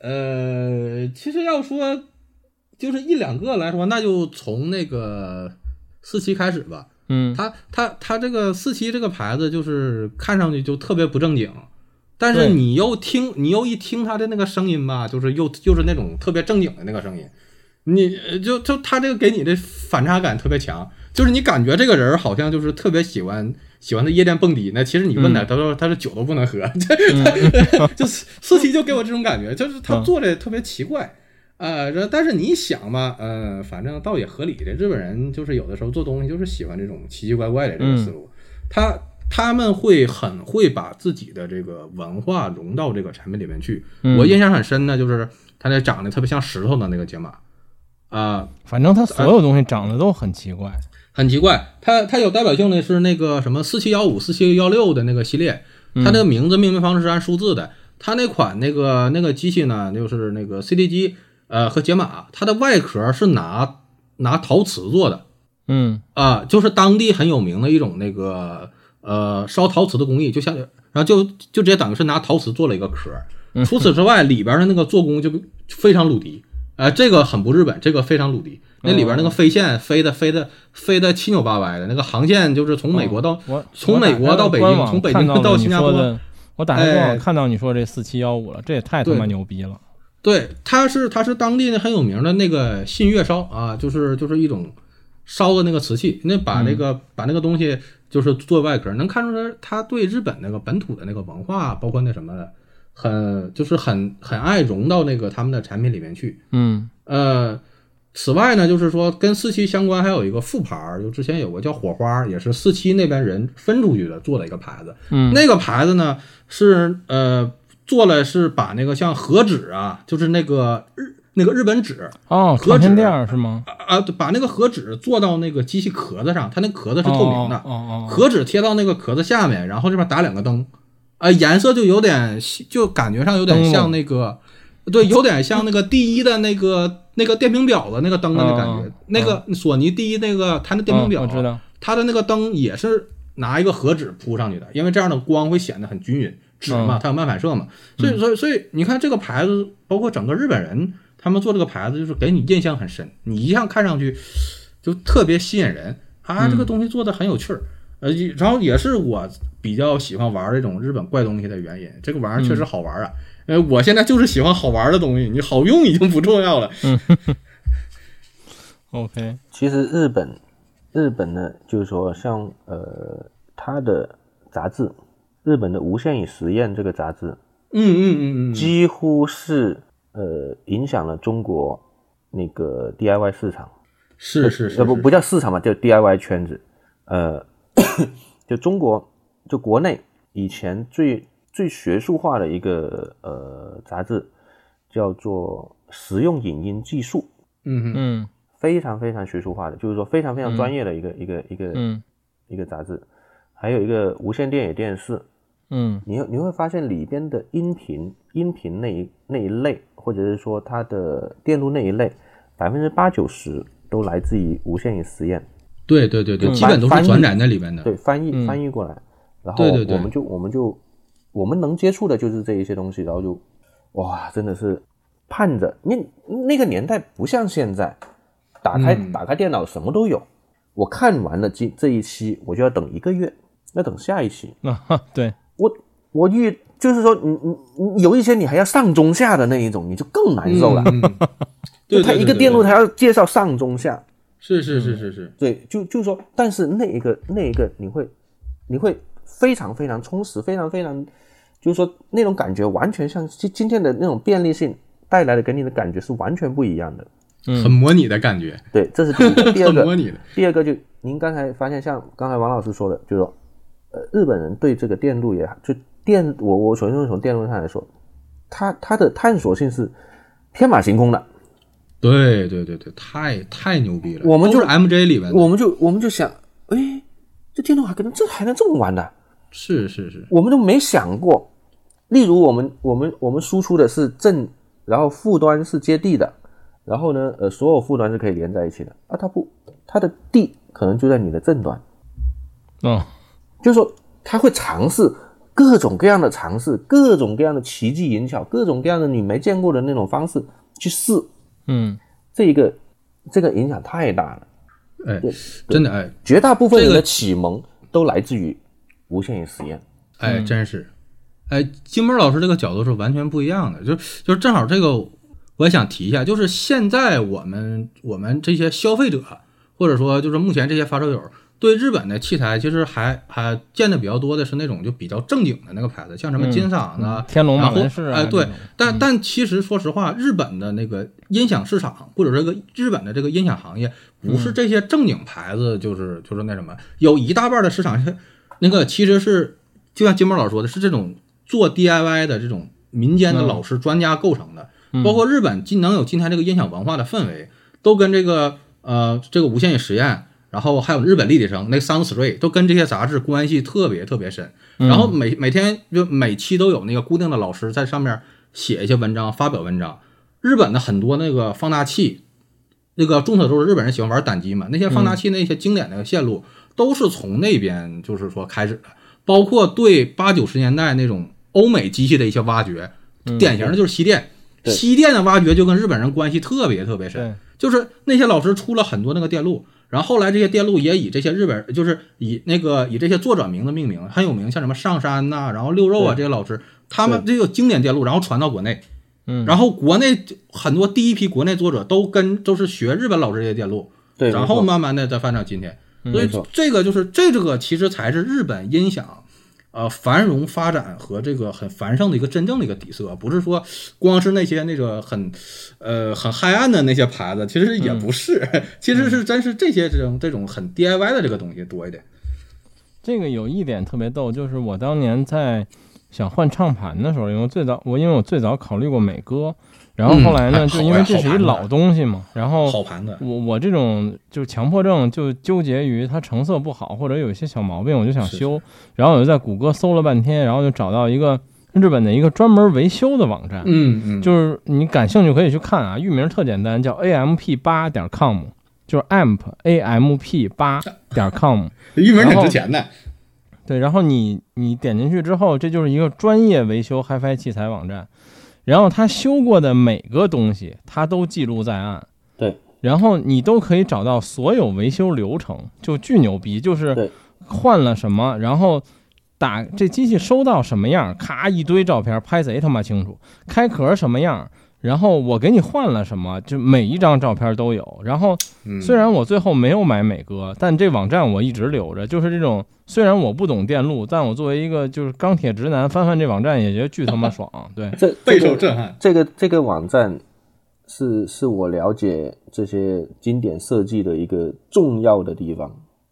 呃，其实要说就是一两个来说，那就从那个四七开始吧。
嗯，
它它它这个四七这个牌子，就是看上去就特别不正经，但是
对
你又听你又一听它的那个声音吧，就是又又是那种特别正经的那个声音，你呃就就它这个给你的反差感特别强，就是你感觉这个人好像就是特别喜欢喜欢在夜店蹦迪呢，其实你问他，他说他是酒都不能喝， 就四七就给我这种感觉，就是他
嗯
做的特别奇怪。呃，这但是你想吧，呃，反正倒也合理的。日本人就是有的时候做东西就是喜欢这种奇奇怪怪的这个思路，他他们会很会把自己的这个文化融到这个产品里面去。
嗯
我印象很深的就是他那长得特别像石头的那个解码，啊、
反正它所有东西长得都很奇怪。
很奇怪，它它有代表性的是那个什么四七幺五、四七幺六的那个系列，它这个名字命名方式是按数字的。它那款那个那个机器呢，就是那个 CD 机，呃和解码，它的外壳是拿拿陶瓷做的
嗯
啊、就是当地很有名的一种那个呃烧陶瓷的工艺，就像然后就就直接等于是拿陶瓷做了一个壳。
嗯
除此之外，里边的那个做工就非常鲁迪，呃，这个很不日本，这个非常鲁迪。那里边
哦
那个飞线飞的飞的飞的七扭八歪的，那个航线就是从美国到、
哦我
从美国到北京，从北京到新加。
我打开了官网看了你说的我打开
坡，
官
哎
网看到你说这四七幺五了，这也太他妈
对
牛逼了。
对，它是它是当地的很有名的那个信月烧啊，就是就是一种烧的那个瓷器，那把那个、把那个东西就是做外壳，能看出来他对日本那个本土的那个文化，包括那什么的，很就是很很爱融到那个他们的产品里面去。
嗯
呃，此外呢，就是说跟四期相关还有一个副牌儿，就之前有个叫火花，也是四期那边人分出去的做的一个牌子。
嗯，
那个牌子呢是呃做了是把那个像和纸啊，就是那个日那个日本纸
哦，
何
唱片
止
店儿是吗？
啊啊，对把那个和纸做到那个机器壳子上，它那壳子是透明的，
哦哦哦哦，
和纸贴到那个壳子下面，然后这边打两个灯，呃，颜色就有点像，就感觉上有点像那个，对，有点像那个第一的那个那个电瓶表的那个灯的那感觉，
嗯嗯
那个索尼第一那个它那电瓶
嗯
表，啊
我知道。
它的那个灯也是拿一个和纸铺上去的，因为这样的光会显得很均匀，纸嘛，它有漫反射嘛，所以所以所以你看这个牌子，包括整个日本人他们做这个牌子，就是给你印象很深，你一向看上去就特别吸引人啊，这个东西做的很有趣儿。呃，也然后也是我比较喜欢玩这种日本怪东西的原因，这个玩意儿确实好玩啊。呃，我现在就是喜欢好玩的东西，你好用已经不重要了。
OK，
其实日本，日本呢，就是说像呃，它的杂志，日本的《无限与实验》这个杂志，
嗯嗯嗯嗯，
几乎是呃影响了中国那个 DIY 市场，
是是是，
呃不不叫市场嘛，叫 DIY 圈子，呃，就中国就国内以前最最学术化的一个呃杂志，叫做《实用影音技术》。
嗯嗯
嗯
非常非常学术化的，就是说非常非常专业的一个、一个一个、
嗯
一个杂志，还有一个无线电影电视，
嗯
你你会发现里边的音频音频那一那一类，或者是说它的电路那一类，百分之八九十都来自于无线与实验，
对对对对，
嗯
基本都是
翻译
转载在里边的。
对翻译、
嗯
翻译过来，然后
对对对
我们就我们就我们能接触的就是这一些东西，然后就哇，真的是盼着那那个年代不像现在，打开、
嗯
打开电脑什么都有。我看完了这这一期，我就要等一个月，要等下一期。
嗯， 啊对，
我我遇就是说，你你你有一些你还要上中下的那一种，你就更难受了。
嗯，嗯对，
就他
对
一个电路，，
对对
他要介绍上中下，
是是是是是，
对，就就是说，但是那一个那一个，你会你会非常非常充实，非常非常，就是说那种感觉完全像今今天的那种便利性带来的给你的感觉是完全不一样的。
嗯
很模拟的感觉，
对，这是第一个。第二
很模
个，
拟的。
第二个就您刚才发现，像刚才王老师说的，就是说呃，日本人对这个电路也就电，我我首先说从电路上来说，它它的探索性是天马行空的，
对对对对，太太牛逼了！
我们
都
就是
MJ 里面的，
我们就我们就想，哎，这电路还可能这还能这么玩的，
是是是，
我们都没想过。例如我们我们我们输出的是正，然后负端是接地的，然后呢，呃，所有负端是可以连在一起的啊，它不，它的地可能就在你的正端，
嗯，
就是说他会尝试各种各样的尝试，各种各样的奇技淫巧，各种各样的你没见过的那种方式去试，
嗯，
这一个这个影响太大了。
哎，真的哎
绝大部分人
这
的
个
启蒙都来自于无限与实验。
嗯
哎，真是，哎，金波老师这个角度是完全不一样的，就就正好这个我也想提一下，就是现在我们我们这些消费者，或者说就是目前这些发烧友。对日本的器材，其实还还见的比较多的是那种就比较正经的那个牌子，像什么
嗯
金嗓子、啊、
天龙
然
马
后
文士啊，
哎，对
这种，
但但其实说实话，日本的那个音响市场，或者这个日本的这个音响行业，不
嗯
是这些正经牌子，就是就是那什么，有一大半的市场是那个其实是就像金毛老师说的，是这种做 DIY 的这种民间的
嗯
老师专家构成的，
嗯
包括日本今能有今天这个音响文化的氛围，都跟这个呃这个无限与实验，然后还有日本立体声那个 Sound Three 都跟这些杂志关系特别特别深。然后每每天就每期都有那个固定的老师在上面写一些文章，发表文章。日本的很多那个放大器，那个众所周知，日本人喜欢玩单机嘛，那些放大器那些经典的线路都是从那边就是说开始的，包括对八九十年代那种欧美机器的一些挖掘，典型的就是西电。
对
西电的挖掘就跟日本人关系特别特别深
对，
就是那些老师出了很多那个电路，然后后来这些电路也以这些日本，就是以那个以这些作者名字命名，很有名，像什么上山呐、然后六肉啊这些老师，他们这个经典电路，然后传到国内，
嗯
然后国内就很多第一批国内作者都跟都是学日本老师这些电路，
对，
然
没
后
错？嗯
慢慢的再发展到今天，所以
没错
这个就是这这个其实才是日本音响。呃，繁荣发展和这个很繁盛的一个真正的一个底色，不是说光是那些那个很，呃，很黑暗的那些牌子，其实也不是，
嗯
其实是真是这些这种这种很 DIY 的这个东西多一点。
这个有一点特别逗，就是我当年在想换唱盘的时候，因为我最早我因为我最早考虑过美歌，然后后来呢，
嗯
就因为
好
这是
好
一
盘子
老东西嘛，然后
好盘子，
我我这种就是强迫症，就纠结于它成色不好或者有一些小毛病，我就想
是
修。然后我就在谷歌搜了半天，然后就找到一个日本的一个专门维修的网站，
嗯嗯，
就是你感兴趣可以去看啊，域名特简单，叫 amp 八点 com，就是 amp amp 八点 com。
玉门
然
挺
后
值钱的，
对，然后你你点进去之后，这就是一个专业维修 HiFi 器材网站，然后他修过的每个东西，他都记录在案。
对，
然后你都可以找到所有维修流程，就巨牛逼，就是
对
换了什么，然后打这机器收到什么样，咔一堆照片拍哎贼他妈清楚，开壳什么样。然后我给你换了什么，就每一张照片都有。然后
嗯
虽然我最后没有买美歌，但这网站我一直留着。就是这种，虽然我不懂电路，但我作为一个就是钢铁直男，翻翻这网站也觉得巨他妈爽。对，
这
备
这个
受震撼。
这个这个网站是是我了解这些经典设计的一个重要的地方，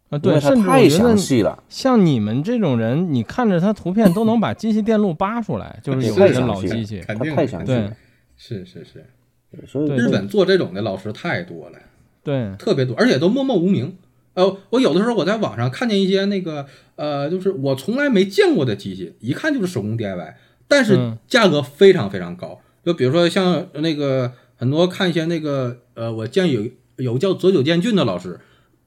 啊
因
对，
为它
甚至我
太
觉得
详细了。
像你们这种人，你看着它图片都能把机器电路扒出来，就是有
太
一些
详
老
细了
机器。
肯
它
定
太详细
对
了，
是是是，
所以
对
日本做这种的老师太多了，
对，
特别多，而且都默默无名。呃，我有的时候我在网上看见一些那个呃，就是我从来没见过的机器，一看就是手工 DIY，但是
嗯
价格非常非常高。就比如说像那个很多看一些那个呃，我见有有个叫佐久间俊的老师，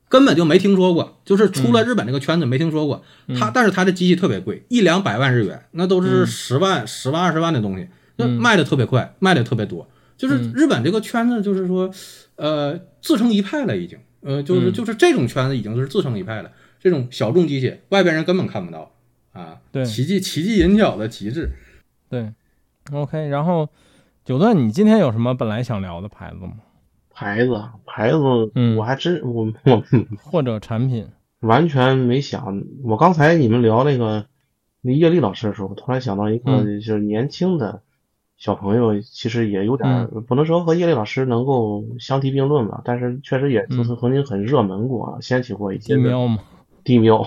根本就没听说过，就是出了日本这个圈子没听说过。他但是他的机器特别贵，一两百万日元，那都是十万、十万、二十万的东西，那卖的特别快，卖的特别多。就是日本这个圈子，就是说，呃，自成一派了已经。呃，
嗯
就是就是这种圈子已经是自成一派了，这种小众机器外边人根本看不到啊。
对
奇技奇技淫巧的极致。
对，OK。然后九段，你今天有什么本来想聊的牌子吗？
牌子牌子，
嗯
我还真我我
或者产品？
完全没想，我刚才你们聊那个那叶丽老师的时候，我突然想到一个，
嗯
就是年轻的小朋友，其实也有点儿、
嗯
不能说和叶丽老师能够相提并论吧，但是确实也
嗯
就是曾经很热门过，啊，掀起过一些
一喵吗？
地喵。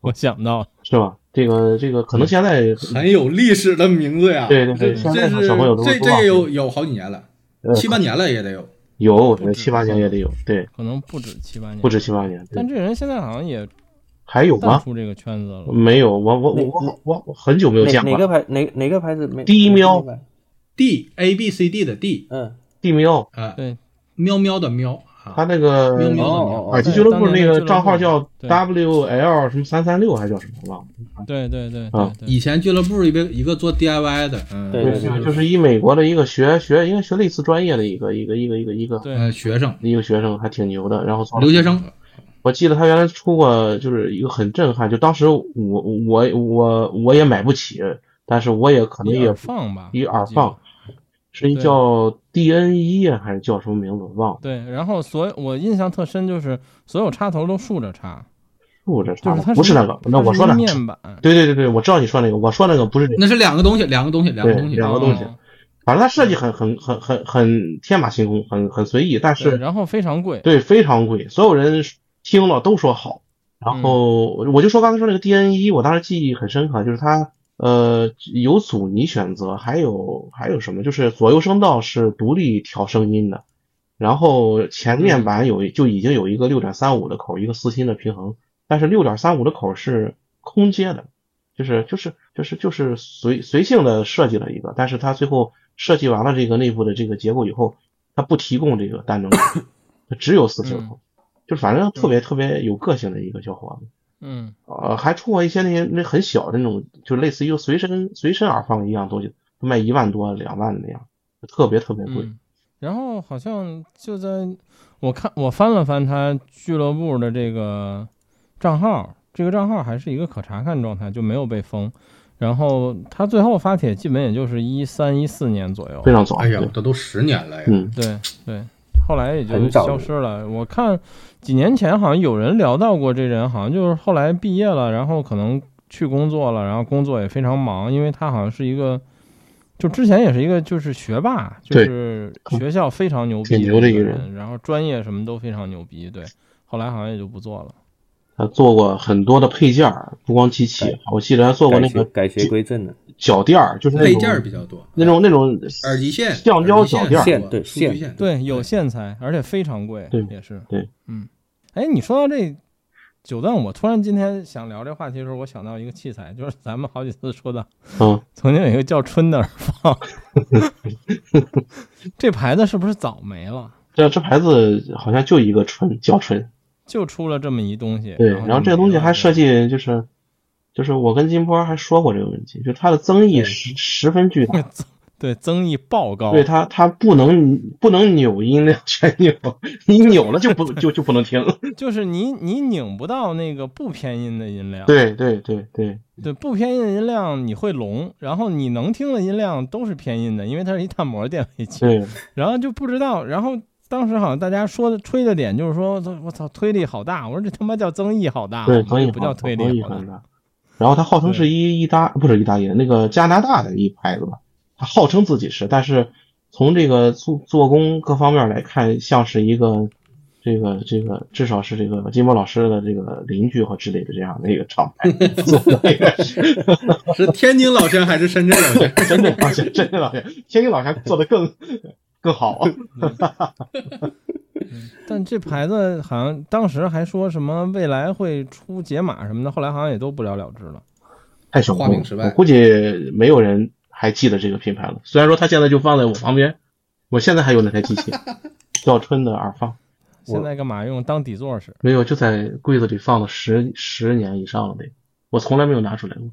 我想到了，
是吧？这个这个可能现在
嗯很有历史的名字呀。
对对对
这
现
这
在
是
小朋友都
这
都忘
这
了
也有有好几年了，
呃
七八年了也得有。
有
不止
七八年也得有，
嗯
对，
可能不止七八年，
不止七八年，对
但这人现在好像也
还有
淡
嗯
吗？
出这个圈子了。
没有，我我我
哪
我我我很久没有
哪
见过
哪个
了
牌哪哪个牌子没？
第一喵
没明白
D A B C D 的 D
嗯，
地喵，
啊，
对，
喵喵的喵
他
啊，
那个
喵喵
哦
的
哦
喵
哦
耳机俱乐部
对当
那
年的俱乐
个
部
账号叫
对
WL 什么三三六还是叫什么忘了，
对对对对
啊
对，
以前俱乐部一个一个做 DIY 的，嗯，
对对
就是就是一美国的一个学学应该学类似专业的一个一个一个一个一个
对
呃学生
一个学生还挺牛的，然后从
留学生，
我记得他原来出过，就是一个很震撼，就当时我我我我也买不起，但是我也可能
一
也
耳放吧，
一耳
我记得
放，是一叫 DNE 还是叫什么名字忘了，
对，然后所有我印象特深就是所有插头都竖着插，
竖着
就
插
是它
的，不是那个，那我说
的
那个，
面板，
对对对对，我知道你说那个，我说那个不是这个，
那是两个东西，两个东西，两个
对
东西，啊
两个东西
哦
反正它设计很很很很很天马行空，很很随意，但
对，
是
然后非常贵，
对非常贵，所有人听了都说好，然后
嗯
我就说刚才说那个 DNE，我当时记忆很深刻，就是它呃有阻尼选择，还有还有什么，就是左右声道是独立调声音的，然后前
嗯
面板有就已经有一个六点三五的口，一个四芯的平衡，但是六点三五的口是空接的，就是就是就是就是随随性的设计了一个，但是它最后设计完了这个内部的这个结构以后，它不提供这个单能口，它只有四
嗯
声口，就反正特别特别有个性的一个小伙子。
嗯，
呃，还出过一些那些那很小的那种，就类似于随身随身耳放一样东西，卖一万多两万的那样，特别特别贵。
嗯，然后好像就在我看我翻了翻他俱乐部的这个账号，这个账号还是一个可查看状态，就没有被封。然后他最后发帖，基本也就是一三一四年左右
非。常早，
哎呀
对，
这都十年了呀，
嗯，
对对，后来也就
很早
消失了。我看几年前好像有人聊到过这人，好像就是后来毕业了，然后可能去工作了，然后工作也非常忙，因为他好像是一个，就之前也是一个就是学霸，就
对
是学校非常牛
挺
逼
牛的
一
一
个
个人
人，然后专业什么都非常牛逼，对。后来好像也就不做了，
他做过很多的配件儿，不光机
哎
器，我记得还做过
改
那
邪
个
改邪归正 的，
脚垫儿，就是那
配件儿
种
比较多，
那种那种
耳机线、
橡胶
耳机
脚垫儿
线
线对
数据
线
线，
对，有线材，而且非常贵，
对
也是，
对，
嗯，哎，你说到这九段，我突然今天想聊这话题的时候，我想到一个器材，就是咱们好几次说到
嗯，
曾经有一个叫春的耳放， 这牌子是不是早没了？
啊这这牌子好像就一个纯叫纯，
就出了这么一东西。
对，然后
就
这个东西
没了
还设，计就是。就是我跟金波还说过这个问题，就它的争议
对
十十分巨大，
对争议爆高。
对它它不能不能扭 音量旋钮，你扭了就不就就不能听。
就是你你拧不到那个不偏音的音量，
对对对对
对不偏音的音量你会聋，然后你能听的音量都是偏音的，因为它是一碳膜电位器。
对，
然后就不知道，然后当时好像大家说的吹的点就是说，我操推力好大，我说这他妈叫增益好大，
对，
我说
增益
啊不叫推
增
力
益
好大
很。大。然后它号称是一意大不是意大利那个加拿大的一牌子吧，它号称自己是，但是从这个做做工各方面来看，像是一个这个这个至少是这个金波老师的这个邻居和之类的这样的一个厂 牌做的那个
是天津老乡还是深圳老乡？
真的老乡，真的老乡，天津老乡做的更更好。
但这牌子好像当时还说什么未来会出解码什么的，后来好像也都不了了之了。
太雄
化
厚
名
了
失败
我估计没有人还记得这个品牌了。虽然说它现在就放在我旁边，我现在还有那台机器，叫春的耳放，
现在干嘛用？当底座使。
没有就在柜子里放了十十年以上了得，我从来没有拿出来过。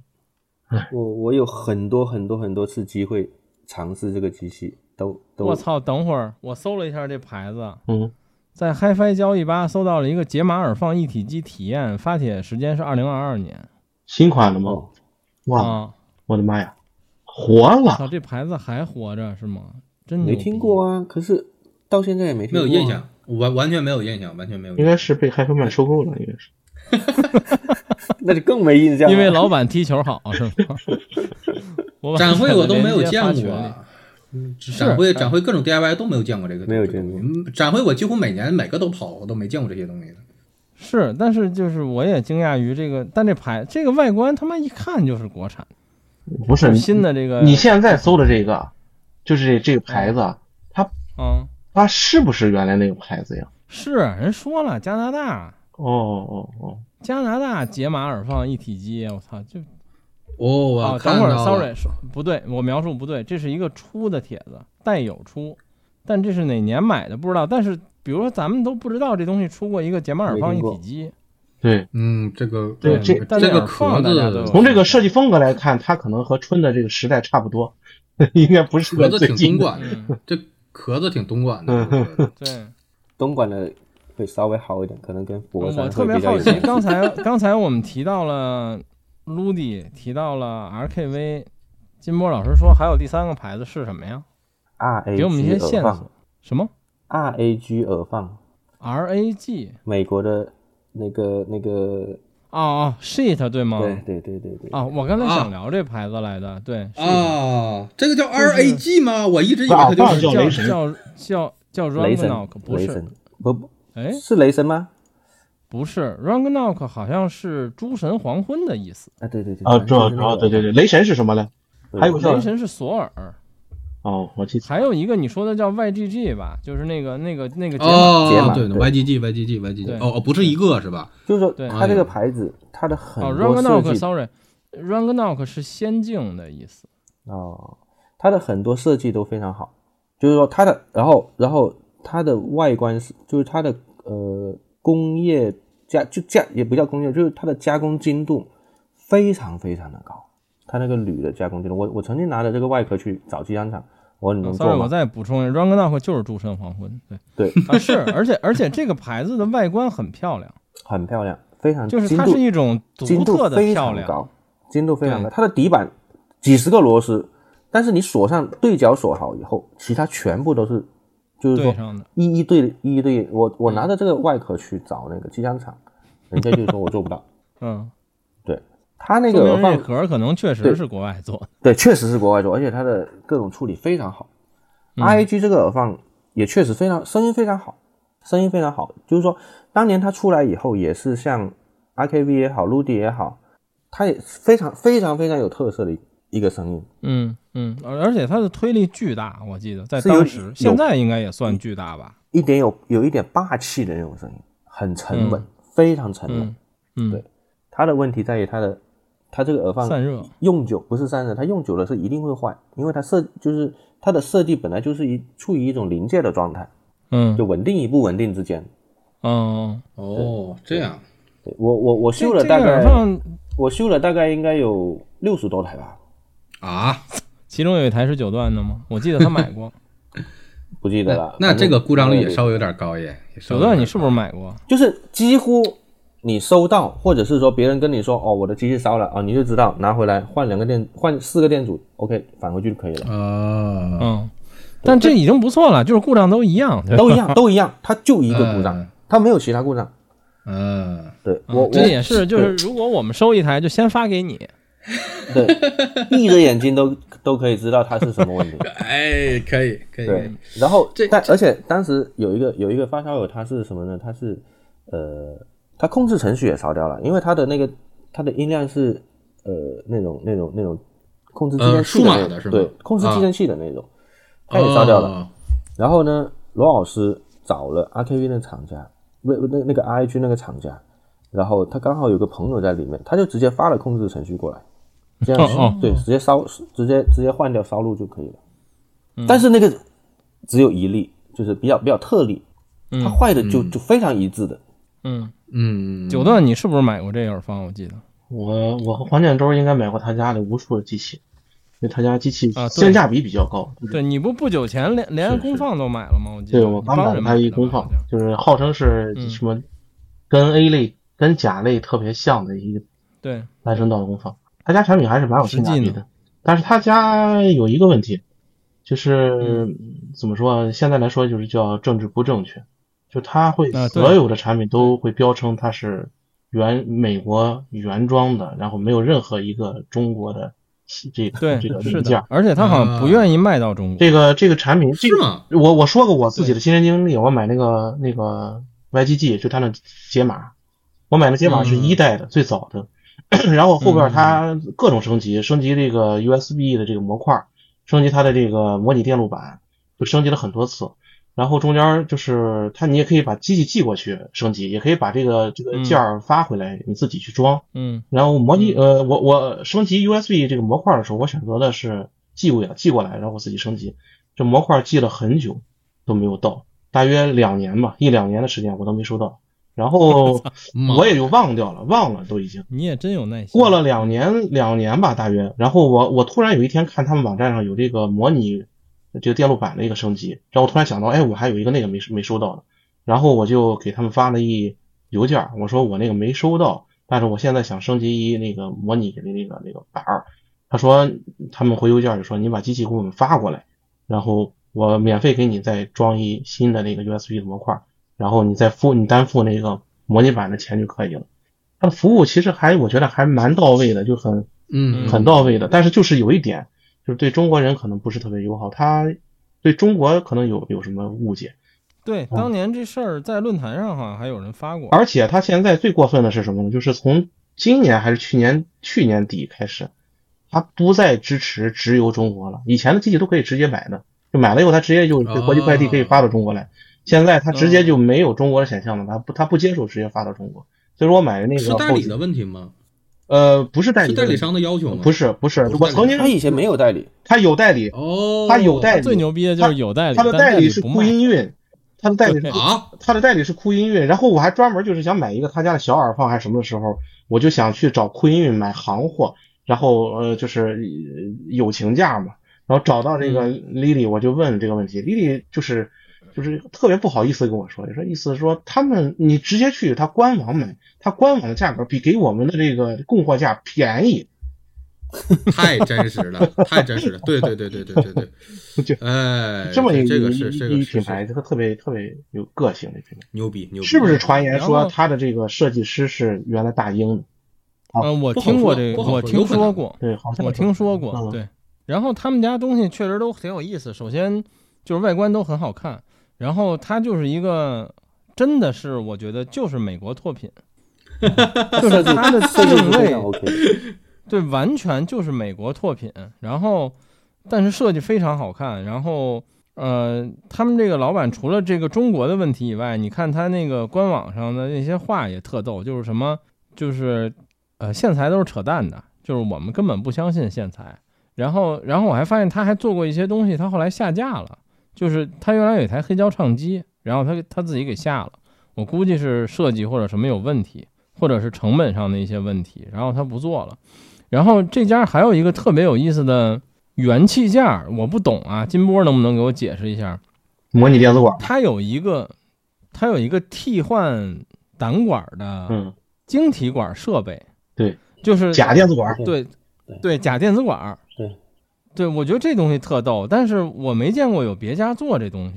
我我有很多很多很多次机会尝试这个机器，都都
我操！等会儿我搜了一下这牌子，
嗯，
在 HiFi 交易吧搜到了一个解码耳放一体机体验，发帖时间是二零二二年
新款了吗？
哦，
哇，
啊！
我的妈呀，活
我
了！
操，这牌子还活着是吗？真牛
没
逼
听过啊，可是到现在也没听
没
过
有
啊
印象，完完全没有印象，完全没有
应
印象。
该是被嗨飞曼收购了，应该是。
那就更没印象了。
因为老板踢球好是吗？我把
展会我都没有
链接
见
发群里
过。啊嗯展会展会各种 DIY 都没有见过这个，
没有见过
嗯。展会我几乎每年每个都跑，我都没见过这些东西的。
是，但是就是我也惊讶于这个，但这牌这个外观他妈一看就是国产，
不是
新的这个，
你现在搜的这个，就是这这个牌子，啊
嗯
它是不是原来那个牌子呀？
是人说了加拿大
哦哦哦，
加拿大解码耳放一体机，我操就
哦，我
哦，等
看
会
到
儿，sorry，
了。
说不对，我描述不对，这是一个出的帖子，带有出，但这是哪年买的不知道。但是比如说咱们都不知道这东西出过一个解码耳
没
放一
听过
体机，
对，
嗯，这个
对
嗯
这
这
但那
个
耳
壳
放大家都有
子
从这个设计风格来看，它可能和春的这个时代差不多， 应该不是
壳
个
子
最
挺
近
东
的。
莞 的，
嗯，
这壳子挺东莞的。
嗯
我觉 得
对。
东莞的会稍微好一点，可能跟佛
我
山
哦特
会
别
比较
好
有
奇，
关系。
刚 才刚才我们提到了 Ludi，提到了 RKV，金波老师说还有第三个牌子是什么呀？
R A
给我们一
G
些线
耳
索
放。
什么
R A G 耳放，
RAG？
美国的那个那个，
哦哦，Sheet 对吗？
对对对对对，
啊，我刚才
啊
想聊这牌子来的，对，
啊，这个叫 RAG 吗？我一直以为
啊
它就
放
是
就
叫
叫雷神
叫叫叫
雷神
Ragnarok，不哦
雷
是
神，不不
哎，
是雷神吗？
不是 Ragnarok，好像是诸神黄昏的意思，
啊，对对对，
啊，主
就
要
是
主
那
要
个
对对对，雷神是什么嘞？还有
雷
叫
神是索尔，
哦，我记错，
还有一个你说的叫 YGG 吧，就是那个那个那个解码
解
哦
码，
对的
对
，YGG YGG
对
YGG，哦哦，不是一个是吧？
就是说
对
它这
哎
个牌子，它的很
哦
多设计
，Ragnarok，sorry，Ragnarok 是仙境的意思。
哦，它的很多设计都非常好，就是说它的，然后然后它的外观是，就是它的呃工业加就加也不叫工业，就是它的加工精度非常非常的高。它那个铝的加工精度，我我曾经拿着这个外壳去找机箱厂，我说你能做
sorry，我啊
吗？
再补充一下，Ragnarok 就是诸神黄昏，对
对，
啊是，而且而且这个牌子的外观很漂亮，
很漂亮，非常
就是
精
它
度
是一种独
精度
特的
非
漂
常
亮。
高，精度非常
对
高。它的底板几十个螺丝，但是你锁上对角锁好以后，其他全部都是，就是
对
说
上的，
一一对一一对。我
嗯
我拿着这个外壳去找那个机箱厂，人家就说我做 不到。
嗯，
他那
说
个
明
耳
这
放
壳可能确实
对
是国外做的。
对，确实是国外做，而且它的各种处理非常好。I
嗯
G 这个耳放也确实非常声音非常好，声音非常好。就是说，当年它出来以后，也是像 R K V 也好，Ludi 也好，它也非常非常非常有特色的一一个声音。
嗯嗯，而而且它的推力巨大，我记得在
是有
当时
有，
现在应该也算巨大吧。
一点有有一点霸气的那种声音，很沉稳，非常沉稳。
嗯嗯
对，它的问题在于它的，它这个耳放
散热
用久不是散热，它用久了是一定会坏，因为它设就是它的设计本来就是一处于一种临界的状态，
嗯
就稳定与不稳定之间。
嗯，
哦，这样，
对我我我
这
修了
这个
大
耳
概
放
我修了大概应该有六十多台吧，
啊，
其中有一台是九段的吗？我记得他买 过
不记得了。
那这个故障率也
稍
稍微有点高耶。也稍
九
微有
段，
点
你是不是买过？
就是几乎你收到，或者是说别人跟你说哦我的机器烧了啊、你就知道拿回来换两个电换四个电阻，OK 返回去就可以 了，
啊，
嗯，但这已经不错了，就是故障都一样，对吧
都一样都一样，它就一个故障，
嗯
它没有其他故障。
嗯，
对嗯我、我
这也是，就是如果我们收一台，就先发给你。
对，闭着眼睛都都可以知道它是什 么问题。
哎，可以可以，可
对
以，
然后
这
但而且当时有一个有一个发烧友，他是什么呢？他是呃，他控制程序也烧掉了，因为他的那个他的音量是呃那种那种那种控制计算器
呃数
那
码
种
的是吗
对，控制
啊
计算器的那种，他也烧掉了。
哦。
然后呢，罗老师找了 RKV 那个厂家，不不那那个 RIG 那个厂家，然后他刚好有个朋友在里面，他就直接发了控制程序过来，这样、
哦哦
对，直接烧，直接直接换掉烧录就可以了。
嗯
但是那个只有一例，就是比较比较特例，它坏的就、就非常一致的。
嗯，
嗯，
九段你是不是买过这耳放？我记得
我我和黄建州应该买过他家的无数的机器，因为他家机器
啊对
性价比比较高。
嗯
对你不不久前连连功放都买了吗？我记得
对我
你
刚
帮
买
人
了
买
他
的
一
吧
功
好
放
像，
就是号称是
嗯
什么跟 A 类、跟甲类特别像的一个
对，
男生道功放。他家产品还是蛮有性价比
实际
的，但是他家有一个问题，就是、
嗯
怎么说啊？现在来说就是叫政治不正确，就他会
啊对
所有的产品都会标称它是原美国原装的，然后没有任何一个中国的这 个
对
这个
是
零件
的
儿。，
而且他好像不愿意卖到中国。
这个这个产品这
是
个
吗？
我我说过我自己的亲身经历，我买那个那个 YGG，就它那解码，我买的解码是一代的，最早的。 然后后边它各种升级，升级这个 USB 的这个模块，升级它的这个模拟电路板，就升级了很多次。然后中间就是它，你也可以把机器寄过去升级，也可以把这个这个件儿发回来，你自己去装。
嗯
然后模拟呃，我我升级 USB 这个模块的时候，我选择的是寄过来寄过来，然后我自己升级。这模块寄了很久都没有到，大约两年吧，一两年的时间我都没收到。然后
妈
我也就忘掉了，忘了都已经
你也真有耐心。
过了两年两年吧，大约。然后我我突然有一天看他们网站上有这个模拟这个电路板的一个升级，然后我突然想到，哎，我还有一个那个没没收到的，然后我就给他们发了一邮件，我说我那个没收到，但是我现在想升级一那个模拟的那个那个板儿。他说他们回邮件就说你把机器给我们发过来，然后我免费给你再装一新的那个 USB 的模块，然后你再付你单付那个模拟板的钱就可以了。它的服务其实还我觉得还蛮到位的，就很
嗯，
很到位的。但是就是有一点，就是对中国人可能不是特别友好，他对中国可能有有什么误解。
对，当年这事儿在论坛上好像还有人发过。
嗯而且他现在最过分的是什么呢？就是从今年还是去年去年底开始，他不再支持直邮中国了。以前的机器都可以直接买的，就买了以后他直接就
哦
国际快递可以发到中国来。现在他直接就没有中国的选项了，他不他不接受直接发到中国。所以说我买的那个
是代理的
后
问题吗？
呃不是代
是
理
代
的
理商的要求吗？
不，是不是
不是代理，
我曾经
他以前没有代理，
他有代理，
哦，
他有代理，
最牛逼的就是有代理，
他的
但
代
代
理是
不
酷
卖。
音韵，他的代理是
啊，
他的代理是酷音韵，然后我还专门就是想买一个他家的小耳放还是什么的时候，我就想去找酷音韵买行货，然后呃就是呃友情价嘛，然后找到这个
嗯
Lily，我就问这个问题，Lily 就是就是特别不好意思跟我说，就说意思说他们你直接去他官网买，他官网的价格比给我们的这个供货价便宜，
太真实了，太真实了，对对对对对对
就
对，哎，
这么一
这个是
一
这个
一
是是
品牌，它特别特别有个性的品牌。
牛逼牛逼，
是不是传言
然后
说他的这个设计师是原来大英的？
嗯，我
不好
听过
说
这个，
不好
我
说
听
有可
说
能
过，
对，好像
我听说
嗯
过，对。然后他们家东西确实都挺有意思，首先就是外观都很好看，然后它就是一个真的是我觉得就是美国拓品，就是它的
设计
定
是非
位
常 OK 的。
对，完全就是美国拓品。然后，但是设计非常好看。然后，呃，他们这个老板除了这个中国的问题以外，你看他那个官网上的那些话也特逗，就是什么，就是呃，线材都是扯淡的，就是我们根本不相信线材。然后，然后我还发现他还做过一些东西，他后来下架了。就是他原来有一台黑胶唱机，然后他他自己给下了，我估计是设计或者什么有问题，或者是成本上的一些问题，然后他不做了。然后这家还有一个特别有意思的元器件儿，我不懂
嗯
啊，金波能不能给我解释一下？
模拟电子管，
它有一个，它有一个替换胆管的
嗯，
晶体管设备，
对，
就是
嗯假电子管，
对
对
对假电子管儿，
对
对，我觉得这东西特逗，但是我没见过有别家做这东西。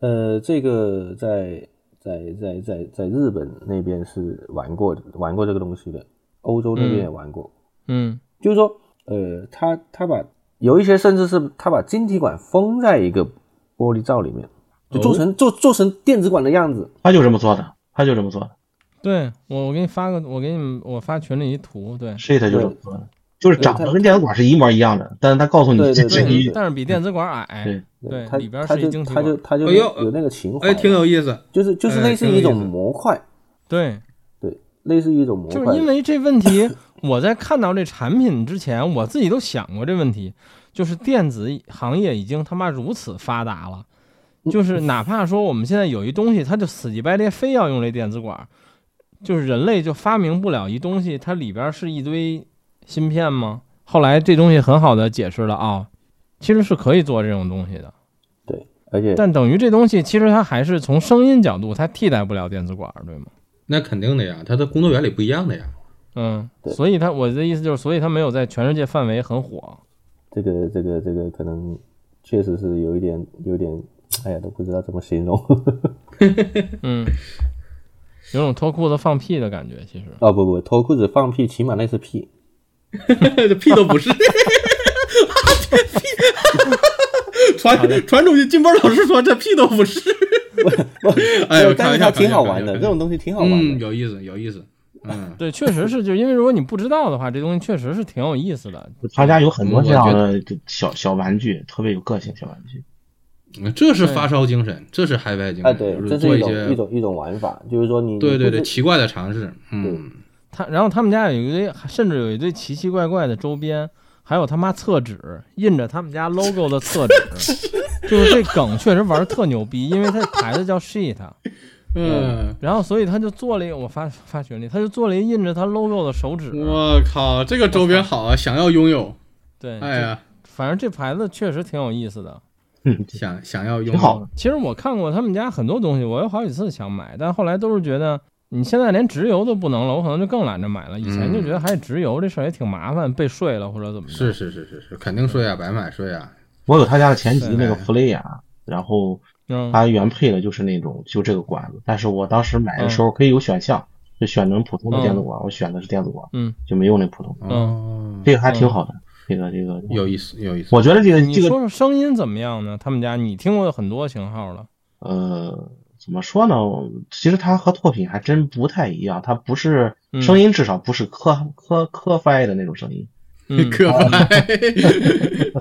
呃，这个在在在在在日本那边是玩过的，玩过这个东西的，欧洲那边也玩过。
嗯
就是说，呃，他他把有一些甚至是他把晶体管封在一个玻璃罩里面，就做
哦
成、做做成电子管的样子。
他就这么做的，他就这么做的
对我，我给你发个，我给你们，我发群里一图，对，
，shit 就这么做的，就是长得跟电子管是一模一样的，但是他告诉你
对对
这
对
是一
对，但是比电子管儿矮，
对
对
他
里边
他
是一
就
晶体
他
管
就他就
哎呦
有那个情怀，
哎，挺有意思，
就是就是
哎
类似
挺有
于一种
意思
模块，
对，
对，类似于一种模
就是
块
因。为这问题，我在看到这产品之前，我自己都想过这问题，就是电子行业已经他妈如此发达了，就是哪怕说我们现在有一东西，它就死乞白咧非要用这电子管儿，就是人类就发明不了一东西，它里边儿是一堆芯片吗？后来这东西很好的解释了啊、其实是可以做这种东西的，
对，而且
但等于这东西其实它还是从声音角度，它替代不了电子管儿，对吗？
那肯定的呀，它的工作原理不一样的 呀，
嗯，
对
所以它我的意思就是，所以它没有在全世界范围很火。
这个这个这个可能确实是有一点有点，哎呀都不知道怎么形容。
嗯，有种脱裤子放屁的感觉，其实。
哦不不，脱裤子放屁，起码那是屁。
这屁都不是。传传出去，金波老师说这屁都不是。哎呦， 哎
但
看
是
一
它
下，
挺好玩的，这种东西挺好玩
嗯，
的。
有意思，有意思。嗯，
对，确实是，就因为如果你不知道的话，这东西确实是挺有意思的。
他家有很多这样的小小玩具，特别有个性小玩具。
这是发烧精神，这是嗨外精神，
哎，对
就，
这
做
是一
一
种
些
一种一种玩法，就是说你
对对
你
对
不
奇怪的尝试，嗯，
他，然后他们家有一堆，甚至有一堆奇奇怪怪的周边，还有他妈厕纸，印着他们家 logo 的厕 纸，就是这梗确实玩儿特牛逼，因为它牌子叫 Sheet，
嗯，
然后所以他就做了一个，我发发群里，他就做了一印着他 logo 的手指，
嗯
我靠，这个周边好啊，想要拥有，
对，
嗯
哎
就，
呀，
反正这牌子确实挺有意思的。
嗯，
想想要拥
挺好
有，
的。
其实我看过他们家很多东西，我有好几次想买，但后来都是觉得你现在连直邮都不能了，我可能就更懒得买了。以前就觉得还是直邮这事儿也挺麻烦，被税了或者怎么着。
是是是是是，肯定税啊，白买税啊，
我有他家的前级
对
那个弗雷雅，然后
嗯，
它原配的就是那种就这个管子，但是我当时买的时候
嗯
可以有选项，就选成普通的电子管，我选的是电子管，
嗯，
就没用那普通。
嗯
哦，
这个还挺好的，这个这个，
有意思有意思，
我觉得这个
嗯你
这
说说
个
声音怎么样呢？他们家你听过很多型号了，
呃，怎么说呢？其实它和拓品还真不太一样，它不是
嗯
声音，至少不是磕磕磕掰的那种声音。
嗯
可爱，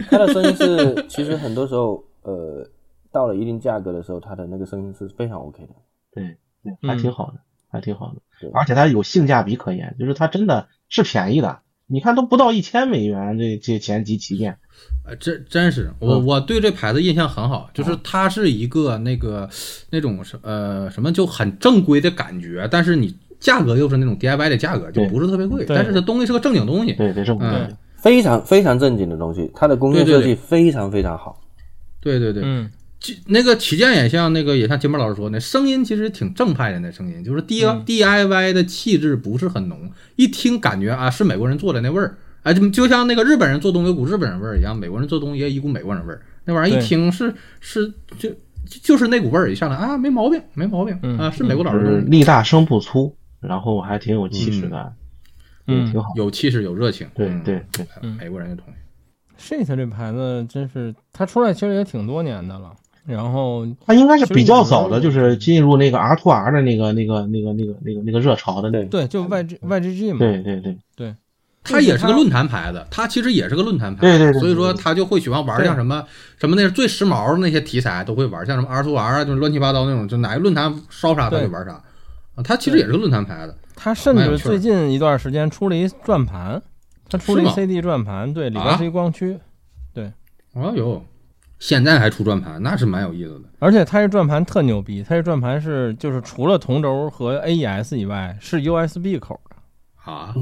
它的声音是， 其实很多时候，呃，到了一定价格的时候，它的那个声音是非常 OK 的。
对对，
嗯
还挺好的，还挺好的
对，
而且它有性价比可言，就是它真的是便宜的。你看都不到一千美元，这这前几旗舰，
呃，真真是我
嗯
我对这牌子印象很好，就是它是一个那个那种什呃什么就很正规的感觉，但是你价格又是那种 DIY 的价格，就
对
不是特别贵，
对
但是这东西是个正经东西。
对对，这么
嗯
多
非常非常正经的东西，它的工业
对对
设
对
计非常非常好。
对对对，
嗯
其那个旗舰也像那个也像金波老师说的，声音其实挺正派的，那声音就是 D、
嗯
DIY 的气质不是很浓，一听感觉啊是美国人做的那味儿，哎，就就像那个日本人做东西有股日本人味儿一样，美国人做东西也有一股美国人味儿，那玩意儿一
对
听是是就就就是那股味儿，一上来啊没毛病没毛病
嗯
啊是美国佬
就
的
是
东西，
力大声不粗，然后还挺有气势感，也
嗯
挺好。
有气势有热情，
对
嗯
对对，
嗯
美国人的东西，
，Shit 这牌子真是，它出来其实也挺多年的了。然后
它应该是比较早的，
其实你
就
说
是进入那个 R to R 的那个那个那个那个那个那个热潮的那
对
对，
个。
就 YG YGG 嘛，
对对对
它也是个论坛牌子，它其实也是个论坛牌子，
对对对，
所以说
对
他就会喜欢玩像什么什么那最时髦的那些题材都会玩，像什么 R to R 啊，就是乱七八糟那种，就哪个论坛烧啥他就玩啥。啊，他其实也是个论坛牌子，
他甚
蛮有
至
趣儿
最近一段时间出了一转盘，他出了
是
一
吗
CD 转盘，对，里
啊
边是一光驱，
哦呦，现在还出转盘，那是蛮有意思的。
而且它这转盘特牛逼，它这转盘是就是除了同轴和 AES 以外是 USB 口的，
啊，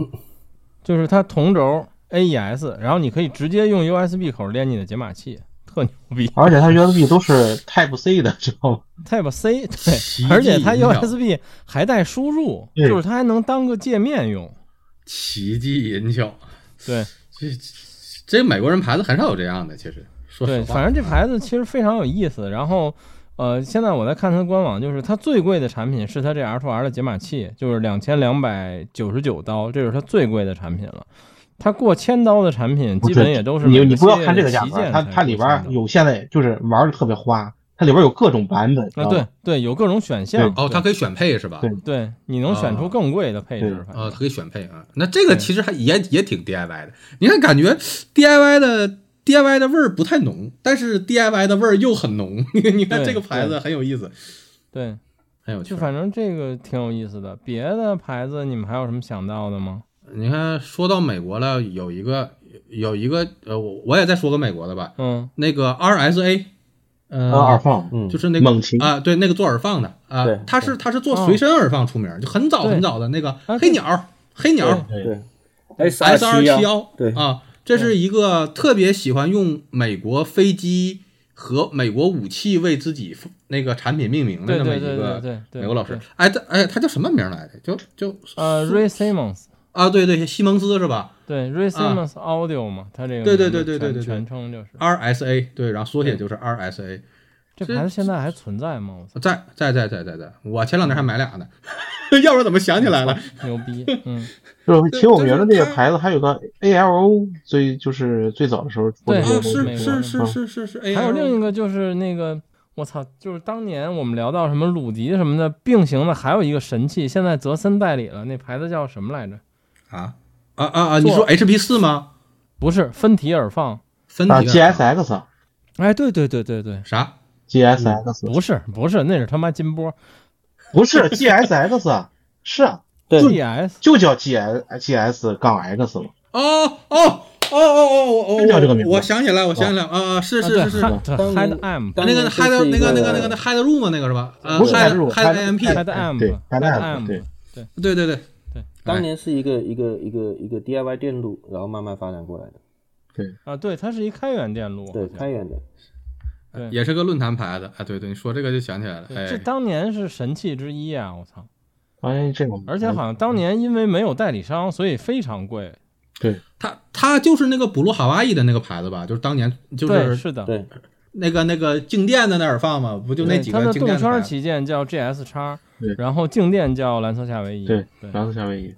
就是它同轴 AES，然后你可以直接用 USB 口连你的解码器，特牛逼。
而且它 USB 都是 Type C 的，知道吗？
Type C
奇
对，而且它
迹引导
USB 还带输入，
对
就是它还能当个界面用。
奇迹银 巧，
对
这这美国人牌子很少有这样的，其实说实
对，
话，
反正这牌子其实非常有意思。然后呃，现在我在看它的官网，就是它最贵的产品是它这 R2R 的解码器，就是两千两百九十九刀，这是它最贵的产品了。它过千刀的产品，基本也都是
你
每
你
个
不要
系列
看这个
的
价
旗
格，
舰
它
才
它里
过千
边
刀
有现在就是玩的特别花，它里边有各种版本，知
啊，
道
对
吗
对，有各种选项
哦，它可以选配是吧？
对
对，你能选出更贵的配置
啊对，
反正
啊，它可以选配啊。那这个其实还也也挺 DIY 的，你看感觉 DIY 的 DIY 的味儿不太浓，但是 DIY 的味儿又很浓。 你看
对
这个牌子很有意思，
对，
很有趣
就。反正这个挺有意思的。别的牌子你们还有什么想到的吗？
你看，说到美国了，有一个有一个呃，我我也再说个美国的吧，
嗯
那个 RSA，嗯、
呃，耳放，
嗯，
就是那个
猛禽
啊，对，那个做耳放的啊
对，
他是他是
哦
做随身耳放出名，就很早
对
很早的那个
啊
黑
对
鸟，黑鸟，
对，
对 S
S
二
二
七
七
幺，
幺，
对
啊，这是一个特别喜欢用美国飞机和美国武器为自己那个产品命名的
对
那么
对
一
对对
个
对对，
美国老师
对。。
哎，他哎，他叫什么名儿来着？就就
呃，Ray Simmons，
啊，对对，西蒙斯是吧
对，Ray
啊
Simmons Audio 嘛，它这个
对对
名字
对
全
对对对对
全称就是。
？RSA 对，然后缩写就是 RSA，
这
这
牌子现在还存在吗？我操，
在在在在在在，我前两天还买俩呢， 要不然怎么想起来了？
牛 逼！嗯，
就是挺有名的
对就
那
是
个
它
牌子，还有个 A L O，最就是最早的时候出
对
的那
啊，
个
美国
是
的
是是是是是，哎呀，
还有另一个就是那个，我操，就是当年我们聊到什么鲁迪什么的，并行的还有一个神器，现在泽森代理了，那牌子叫什么来着？
啊啊啊啊！你说 HP 四吗？
不是芬提耳放，
分
啊
体的
，GSX
哎，对对对对对，
啥？
GSX
嗯不是不是，那是他妈金波
不是 GSX 是啊
对
G S，
就叫 G S G S 杠 X 嘛，
哦哦哦哦哦哦！
是叫这个名字
我想起来，我想起来啊，啊是是是是，
当年
Head M
当
那个
年这
Hide
是一
那个那个那个
个
Hide Room 那个是吧？呃
不是
Hide
Hide Room，
Hide
Hide-
M P，
Head M
对
Head
Head
M，
M，对
对对对
对，
当年是一个一个一个一个 DIY 电路，然后慢慢发展过来的，
啊，对，它是一开源电路，
对，
好像
开源的。
哎
对
也是个论坛牌子。哎，对对，你说这个就想起来了。
对这
哎，
当年是神器之一啊！我操！
哎，这个
而且好像当年因为没有代理商，所以非常贵。
他他就是那个补录哈哇伊的那个牌子吧？就是当年就
对，
是
是的，
对，
哦那个那个静电的那耳放嘛，不就那
对
几
它
个
的
静
动
电的牌
圈
子？
旗舰叫 GS 叉
对，
然后静电叫蓝色夏威夷。
对
对，嗯
蓝色夏威夷，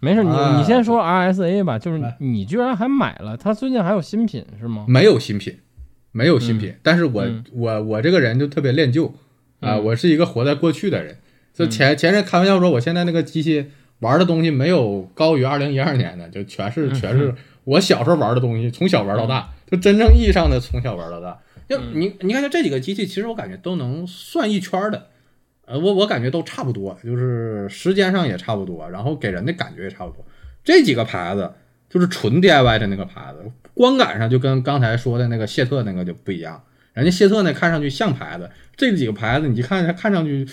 没事，你
啊
你先说 RSA 吧，就是
哎
你居然还买了，它最近还有新品是吗？
没有新品，没有新品。但是我、
嗯
我我这个人就特别恋旧啊、
嗯
我是一个活在过去的人。就前前阵开玩笑说，我现在那个机器玩的东西没有高于二零一二年的，就全是
嗯
全是我小时候玩的东西，从小玩到大，就真正意义上的从小玩到大。就
嗯
你你看，像这几个机器，其实我感觉都能算一圈儿的。呃，我我感觉都差不多，就是时间上也差不多，然后给人的感觉也差不多。这几个牌子就是纯 DIY 的那个牌子，观感上就跟刚才说的那个谢特那个就不一样。人家谢特那看上去像牌子，这几个牌子你一看看上去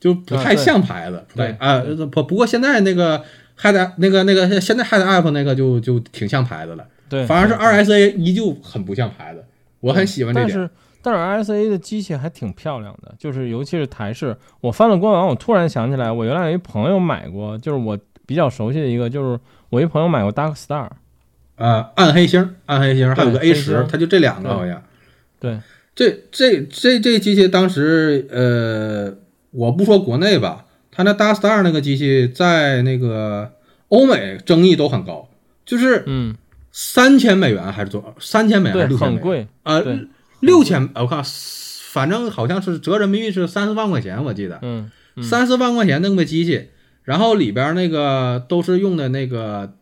就不
啊
太
对
像牌子，不太
对
啊不不过现在那个 Head 那个那个现在 Head App 那个就就挺像牌子了，
对，
反而是
对
RSA 依旧很不像牌子，我很喜欢这
但
点。
是但是 RSA 的机器还挺漂亮的，就是尤其是台式。我翻了官网，我突然想起来，我原来有一朋友买过，就是我比较熟悉的一个，就是我一朋友买过 Dark Star。
呃，暗黑星，暗黑星，还有个
对
A
黑星
十，它就这两个
对
好像。
对，
这这这这机器当时呃，我不说国内吧，它那 Dark Star 那个机器在那个欧美争议都很高，就是
嗯，
三千美元还是多少？三千美
对
元还，是六千
很
美元？
贵。
啊
对，
六千，呃我看，反正好像是折人民币是三四万块钱，我记得
嗯，嗯
三四万块钱那么个机器，然后里边那个都是用的那个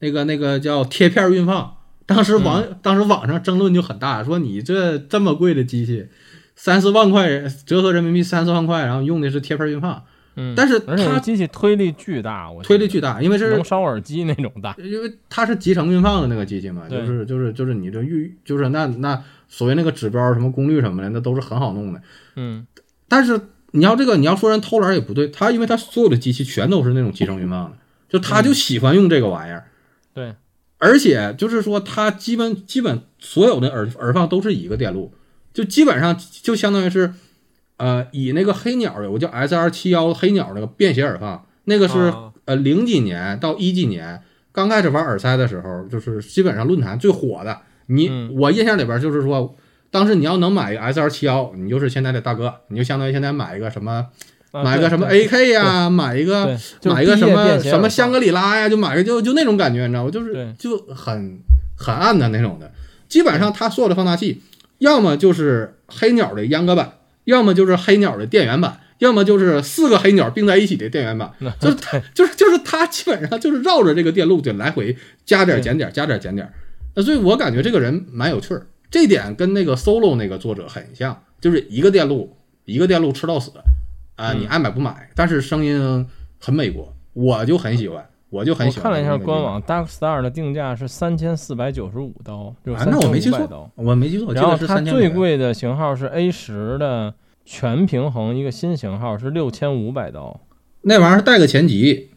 那个那个叫贴片运放。当时网、
嗯
当时网上争论就很大，说你这这么贵的机器，三四万块折合人民币三四万块，然后用的是贴片运放，
嗯，
但是
而且那
它
机器推力巨大，我
推力
记
巨大，因为
得
这是
能烧耳机那种大。
因为它是集成运放的那个机器嘛，
对
就是就是就是你这预就是那那所谓那个指标什么功率什么的，那都是很好弄的。
嗯，
但是你要这个你要说人偷懒也不对，他因为他所有的机器全都是那种集成运放的，就他就喜欢用这个玩意儿，
对，
而且就是说他基本基本所有的耳耳放都是一个电路，就基本上就相当于是，呃，以那个黑鸟有个叫 S R 七幺黑鸟那个便携耳放，那个是
啊
呃零几年到一几年刚开始玩耳塞的时候，就是基本上论坛最火的。你、
嗯
我印象里边就是说，当时你要能买一个 S R 七幺，你就是现在的大哥，你就相当于现在买一个什么，
啊
买一个什么
对
AK 呀、买一个
对，就是
买一个
低
什
阶
么
便携
什么
耳
香格里拉呀，就买个就就那种感觉，你知道吗？就是
对
就很很暗的那种的。基本上它所有的放大器，要么就是黑鸟的阉割版，要么就是黑鸟的电源版，要么就是四个黑鸟并在一起的电源版。
那
就是它，就是就是它，基本上就是绕着这个电路就来回加点儿减点儿加点儿减点儿。那所以我感觉这个人蛮有趣儿，这点跟那个 solo 那个作者很像，就是一个电路一个电路吃到死，啊，
嗯
你爱买不买，但是声音很美国，我就很喜欢，我就很
我
喜欢。
看了一下官，网，Dark Star 的定价是三千四百九十五刀，就是
啊，那我没记
3500刀
错，我没记错，我记
然后
得是
它
三千。
最贵的型号是 A 十的全平衡一个新型号是六千五百刀，
那玩意儿带个前级，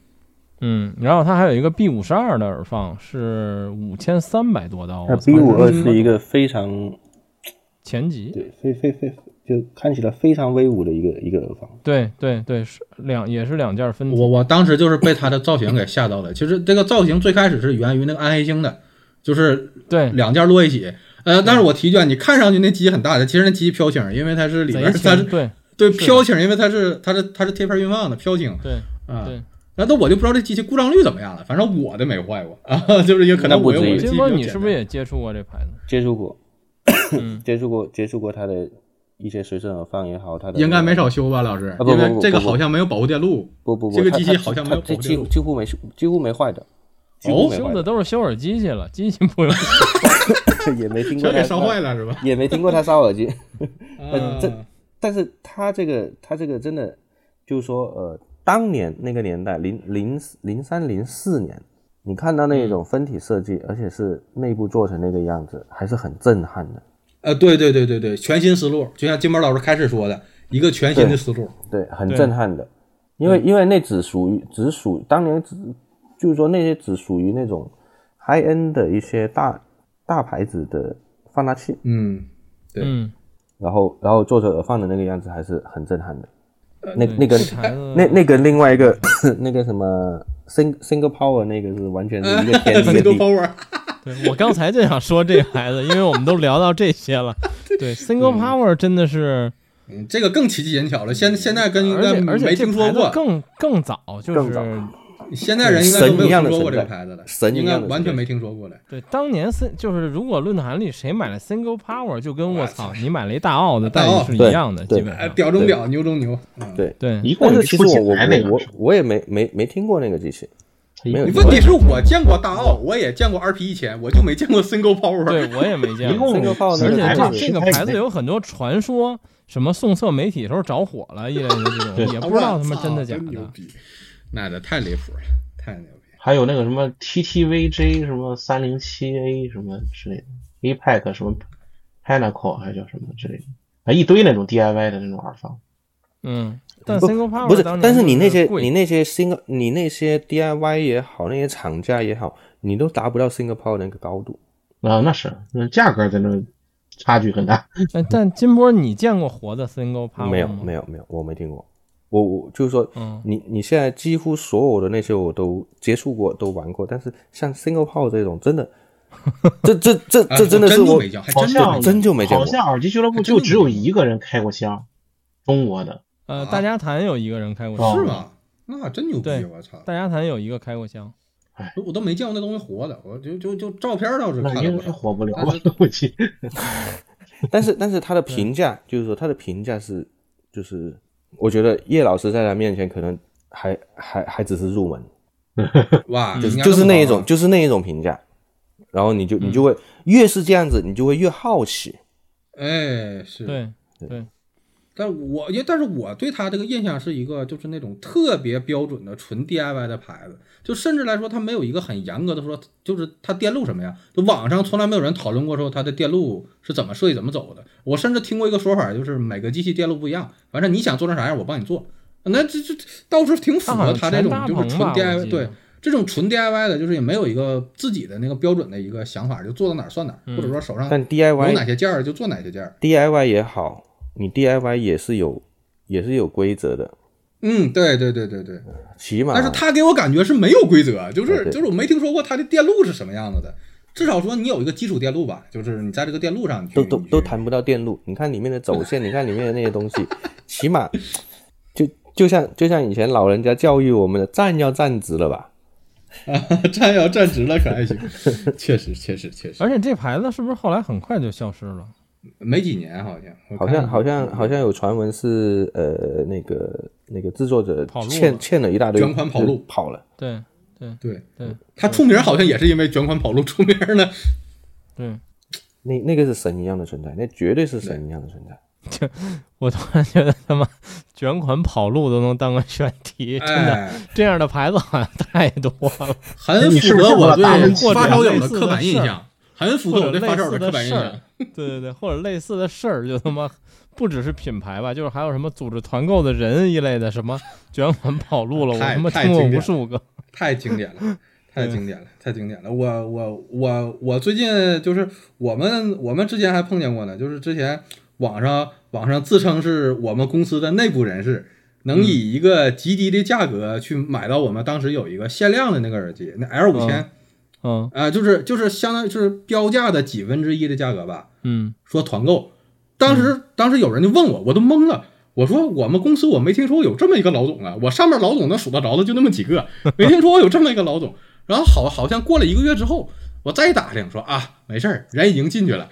嗯，然后它还有一个 B 五十二的耳放是五千三百多刀，
那
我操
啊 B 五二
这他妈
是一个非常
前级，
对非非非就看起来非常威武的一个一个耳放。
对对对，是两也是两件分体，
我我当时就是被它的造型给吓到的。其实这个造型最开始是源于那个暗黑星的，就是
对，
两件摞一起。呃，但是我提一句啊，你看上去那机很大的，其实那机飘轻，因为它是里边
贼
儿它
轻，
是
对
对
是的
飘轻，因为它是它是它是贴片运放的飘轻
对
啊。
对。
然后我就不知道这机器故障率怎么样了，反正我的没坏过啊， 就是也可能
那不
我用
至于
我的机器
金
比
波，
较
你
简
是不是
单
也接触过这牌子？
接触过
嗯，
接触过接触过它的一些随身耳放也好，它的
应该没少修吧，老师
啊？不
因为
不不
这个
不不
好像没有保护电路。
不不不，
这个
它
机器
它
好像
它
没有
这
保护
几
电路
乎几乎没修几乎没坏的，几
哦
乎没
修
坏
的
的，
都是修耳机去了，机器不用。
也没听过
全
它
给烧坏了是吧？
也没听过它烧耳机。
嗯，
啊呃这但是他这个他这个真的，就是说呃，当年那个年代零零零三零四年，你看到那
嗯
种分体设计，而且是内部做成那个样子，还是很震撼的。
呃，对对对对对，全新思路，就像金宝老师开始说的，一个全新的思路。
对，很
对
震撼的，因为因为那只属于只属当年只就是说那些只属于那种 high end 的一些大大牌子的放大器，
嗯，对
嗯，
然后然后做成耳放的那个样子还是很震撼的。那
对
那个
这牌子
那那个另外一个 那个什么 single single power 那个是完全是一 个天地一个
，single
地，
power，
对我刚才就想说这牌子，因为我们都聊到这些 了。对，Single Power 真的是，
嗯，这个更奇技淫巧了。
嗯
现现在跟应
而
该
且而且
没
这
听
牌
说
子
过，
更更早，就
更早
是
现在人应该都没有听说过这个
神一样的存在
牌子了，
神
应
一
该
样的存在啊
完全没听说过了。
对当年 Sin 就是如果论坛里谁买了 Single Power，就跟我操你买了一大奥的
大
待
奥
遇是一样的，
对
基本
哎，
上。
屌中屌，牛中牛。嗯
对。
对，
一
但
共
是
也
其
出
实
几
我我
台那个
我我我也没没没听过那个机器，
它一
没有
共
你
对
问题是我见过大奥，我也见过 RP 一千，我就没见过 single power。
对我也没见
一
过。
共
Single Power
几
而且
那
台
个
吧
这
是
这个
10台以
牌子
内
有很多传说，什么送测媒体的时候着火了一类的这种，啊也不知道他妈真的假
真牛
的。
逼，那的太离谱了，太牛逼。
还有那个什么 TTVJ 什么三零七 A 什么之类的，APEC 什么 Panaco 还叫什么之类的，啊一堆那种 DIY 的那种耳放。
嗯，但
不
Single Power
不是
当，年
但是你那
就
些
贵
你那些 single 你那些 DIY 也好，那些厂家也好，你都达不到 single power 那个高度。
啊，那是，那价格在那差距很大。
哎但金波，你见过活的 Single Power
没有
吗
没有没有，我没听过。我我就是说，
哦嗯
你你现在几乎所有的那些我都接触过，都玩过，但是像 single power 这种，真的，这这这
啊
这真的是
就
我
没见，还
好
真就没见
像
真就没见过
好像耳机俱乐部就只有一个人开过箱，中国的。
呃，
啊
大家谈有一个人开过
哦
箱，
是吗？那真牛逼！
对
我操，
大家谈有一个开过箱，
我都没见过那东西活的，我就就就照片倒是
那
看啊
应
了
该
不少。
火不了
但
吧
是？
我去，
但是但是他的评价，就是说他的评价是，就是我觉得叶老师在他面前可能还还还只是入门，
哇，
就
你
是
看
就是
这么
那一
好啊
种就是那一种评价，然后你就你就会越是这样子，你就会越好奇。
哎，是。
对，
但我因为但是我对它这个印象是一个就是那种特别标准的纯 DIY 的牌子，就甚至来说它没有一个很严格的说，就是它电路什么呀？就网上从来没有人讨论过说它的电路是怎么设计、怎么走的。我甚至听过一个说法，就是每个机器电路不一样，反正你想做成啥样，我帮你做。那这这倒是挺符
他好
合
像
它这
全
种
搭
就是
棚
纯
吧，我
DIY
记
对
得。
这种纯 DIY 的，就是也没有一个自己的那个标准的一个想法，就做到哪儿算哪儿，或者
嗯
说手上
但
有哪
DIY
些件儿就做哪些件儿。
DIY 也好，你 DIY 也是有也是有规则的，
嗯，对对对对对。
起码
但是他给我感觉是没有规则，就
啊
是
对
就是我没听说过他的电路是什么样子的。至少说你有一个基础电路吧，就是你在这个电路上你去
都都
你去
都谈不到电路。你看里面的走线，你看里面的那些东西，起码就就像就像以前老人家教育我们的，站要站直了吧？
站要站直了可还行，确实确实确实，
而且这牌子是不是后来很快就消失了？
没几年好像我
好
看
像好像好像有传闻是呃那个那个制作者
跑路了
欠欠了一大堆
卷款跑路
就跑了，
对
对
嗯
对
他出名好像也是因为卷款跑路出名 的，
对，
那那个是神一样的存在，那绝对是神一样的存在。
我突然觉得他妈卷款跑路都能当个选题，真的，
哎，
这样的牌子好像太多了。
很
你是
符
不是
合
见过
我
了
对
达芬奇
发烧友
类
的
似的
刻板印
事儿
象，很符合
或
我
者
对
类
发烧友
似
的刻
的
板印
事
象
儿。，对对对，或者类似的事儿，就他妈不只是品牌吧，就是还有什么组织团购的人一类的，什 么卷款跑路了，我
太
他妈
太
听过
经典
无
了
数个。
太经典了，太经典了，太经典了！我我我我最近就是我们我们之前还碰见过呢，就是之前网上网上自称是我们公司的内部人士，能以一个极低的价格去买到我们当时有一个限量的那个耳机，那 L 五千
嗯
啊，就是就是相当于就是标价的几分之一的价格吧，
嗯，
说团购，当时当时有人就问我，我都懵了。我说我们公司我没听说有这么一个老总啊，我上面老总能数得着的就那么几个，没听说有这么一个老总。然后好好像过了一个月之后，我再一打听说啊，没事儿，人已经进去了。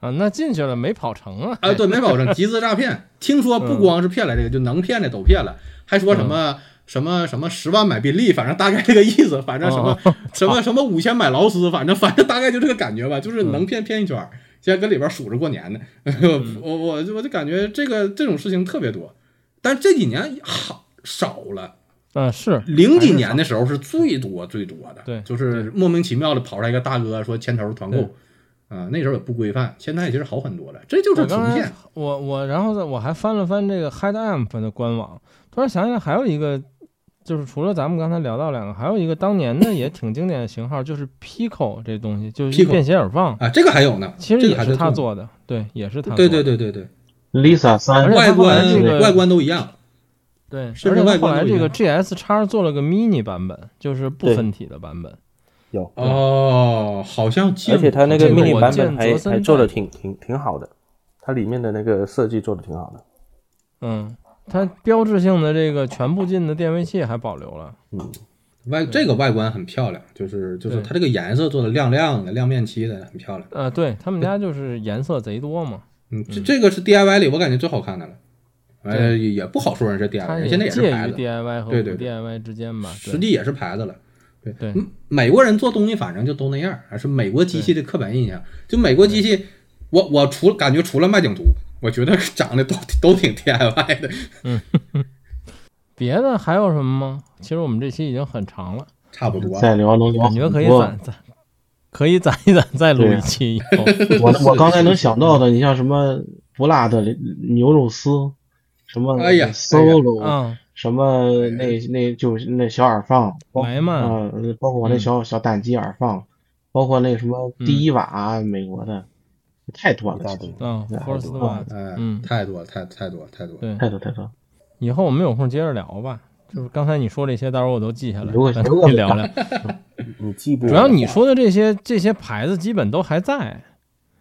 啊，那进去了没跑成啊？
啊，对，没保证集资诈骗。听说
嗯
不光是骗来这个，就能骗的都骗了，还说什么、什么什么十万买宾利，反正大概这个意思，反正什么、
哦
什么什么五千买劳斯，反正反正大概就这个感觉吧，就是
嗯
能骗骗一圈儿。现在跟里边数着过年呢， 我我我就我就感觉这个这种事情特别多，但是这几年好少了。
嗯、是，
零几年的时候是最多最多的，
对
就是莫名其妙的跑出来一个大哥说牵头团购
对，
啊、那时候也不规范，现在其实好很多了，这就是
我
重
刚才
现，
我我然后在我还翻了翻这个 Head Amp 的官网，突然想起来还有一个，就是除了咱们刚才聊到两个，还有一个当年的也挺经典的型号，就是 Pico 这东西，就是一
Pico
便携耳放，
啊，这个还有呢，
其实
这个
也
还
是
在
他做
做呢
的，对，也是他做
对
的，
对对对对，
Lisa 三
而且
外
他后来
观、
这个
外观都一样，
对，而
甚
且
至外
他后
观
来
都
这
一
个
样
GS 叉做了个 mini 版本，就是不
对
分体的版本，
有，
哦，好像见
而且它那个
这个我
mini 版
见
本还
泽森
还做
在
的挺挺挺好的，它里面的那个设计做的挺好的。
嗯，它标志性的这个全部进的电位器还保留了，
嗯，
外这个外观很漂亮，就是就是
对
它这个颜色做的亮亮的，亮面漆的很漂亮。
呃，对他们家就是颜色贼多嘛，
嗯，这这个是 DIY 里我感觉最好看的了，呃，也也不好说人是
它
DIY，
也
现在也是
介于
牌子，
DIY 和无
对对对
DIY 之间吧，
实
对
际也是牌子了。对
对
嗯美国人做东西反正就都那样，还是美国机器的刻板印象。就美国机器，我我除感觉除了麦景图，我觉得长得都都挺 DIY 的，
别的还有什么吗？其实我们这期已经很长了，
差不多。
再聊能聊
感觉
很
可以
多。
攒攒，可以攒一攒再录
对
一期以
啊
后。
我我刚才能想到的，你像什么不辣的牛肉丝，什么
哎呀哎呀
solo，、
嗯，
什么那那就是那小耳放，包
莱曼
哦
啊、
嗯
呃包括我那小、小胆机耳放，包括那什么
嗯
第一瓦、啊美国的，太多
一
了
大，堆。
嗯
对
，Force
还有
One，
哎
嗯
太多了，太太多了，太多了。
对，
太多太多。
以后我们有空接着聊吧。就是刚才你说这些，到时候我都记下来，
留个
咱
留个
们聊聊。
你记不？
主要你，说的这些这些牌子基本都还在，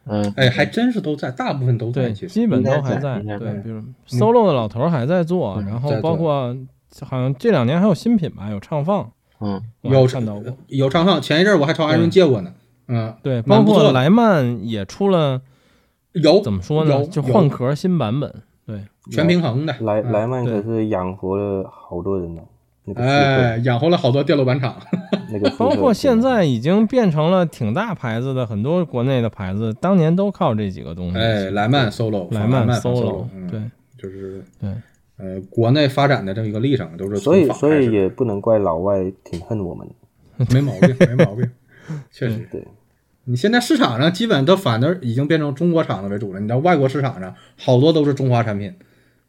嗯，
哎，还真是都在，大部分都在。
对，
其实
基本都还
应该在
对，
应
比如 solo 的老头儿还在做，
嗯
然后
在做
包括好像这两年还有新品吧，有唱放，
嗯，
我还
有
看到过。
有长上，前一阵儿我还朝艾伦借过呢。嗯，
对，包
蛮不错的
括莱曼也出了，
有
怎么说呢？
有
就
有
换壳新版本。对，
全平衡的，
莱莱曼
对
可是养活了好多人呢。那个
嗯哎，
复
养活了好多电路板厂。
刻，那个复刻
包括现在已经变成了挺大牌子的，很多国内的牌子当年都靠这几个东西。
哎，莱曼 solo，
嗯莱
曼
solo，
嗯，
对，
就是
对
呃，国内发展的这么一个历程都是
所
从
以
法
所
开始
以
的，
也不能怪老外挺恨我们。
没毛病，没毛病， 确实。
嗯对，
你现在市场上基本都反而已经变成中国厂子为主了，你到外国市场上好多都是中华产品，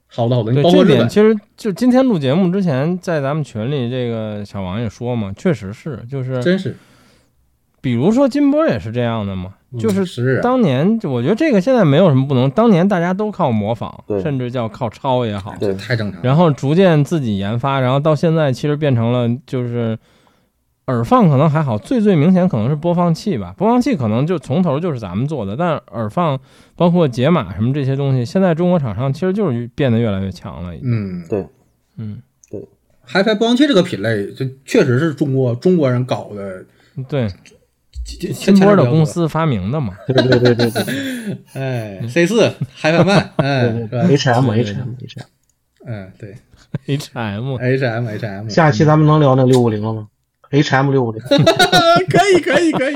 好多好多，你
对
包括
这
日
点，
本，
其实就今天录节目之前，在咱们群里，这个小王也说嘛，确实是，就是
真是
比如说金波也是这样的嘛，就
嗯
是
是啊
当年我觉得这个现在没有什么不能，当年大家都靠模仿，
对
甚至叫靠抄也好，
对
太正常了。
然后逐渐自己研发，然后到现在其实变成了就是耳放可能还好，最最明显可能是播放器吧，播放器可能就从头就是咱们做的，但耳放包括解码什么这些东西，现在中国厂商其实就是变得越来越强了，已经
嗯
对，
嗯。
，HiFi 播放器这个品类，这确实是中国中国人搞的，嗯
对，
金
金波的公，司嗯发明的嘛，
对对对对对对
哎，C 四 HiFi Man，哎， 是吧？
，H M H M H M。
嗯，对
H M，
，HM HM，
下期咱们能聊那六五零了吗？H M 六五零，
可以可以可以，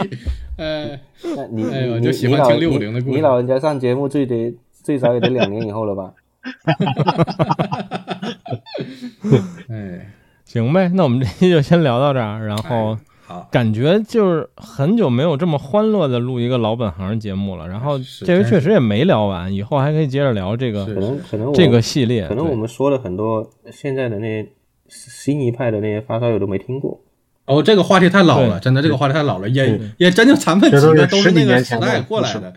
呃，
那你
哎呦
你
就
你
喜
你
欢
老
听650的故事
你你老人家上节目最得最少也得两年以后了吧？
哎，
行呗，那我们这期就先聊到这儿，然后
好，
感觉就是很久没有这么欢乐的录一个老本行节目了，然后
哎是
这回
真是
确实也没聊完，以后还可以接着聊这
是
个
可能可能我
这个系列，
可能
对
我们说了很多现在的那些新一派的那些发烧友都没听过。
哦，这个话题太老了，
对
真的，这个话题太老了，也也真就咱们几
这都是
个都是
十几
那个
年
时
前的
代过来
故事
的，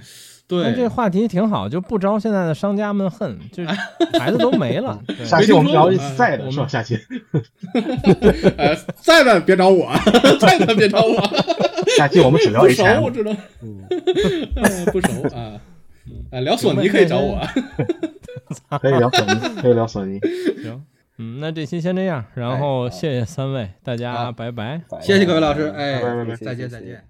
但这
对，
话题挺好，就不招现在的商家们恨，就是孩子都没 了。对
下期我们聊一
我
赛
嗯
的，
们
是吧？下期
呃，再的别找我， 再的别找我，
下期我们只聊
不
H
熟，
M
我。知道， 呃不熟啊，啊，聊索尼可以找我，啊
可以聊索尼，可以聊索尼，
行，嗯，那这期先这样，然后谢谢三位，大
哎好啊
家拜拜。
谢谢各位老师，
哎
哎
拜拜拜拜，
再见再见。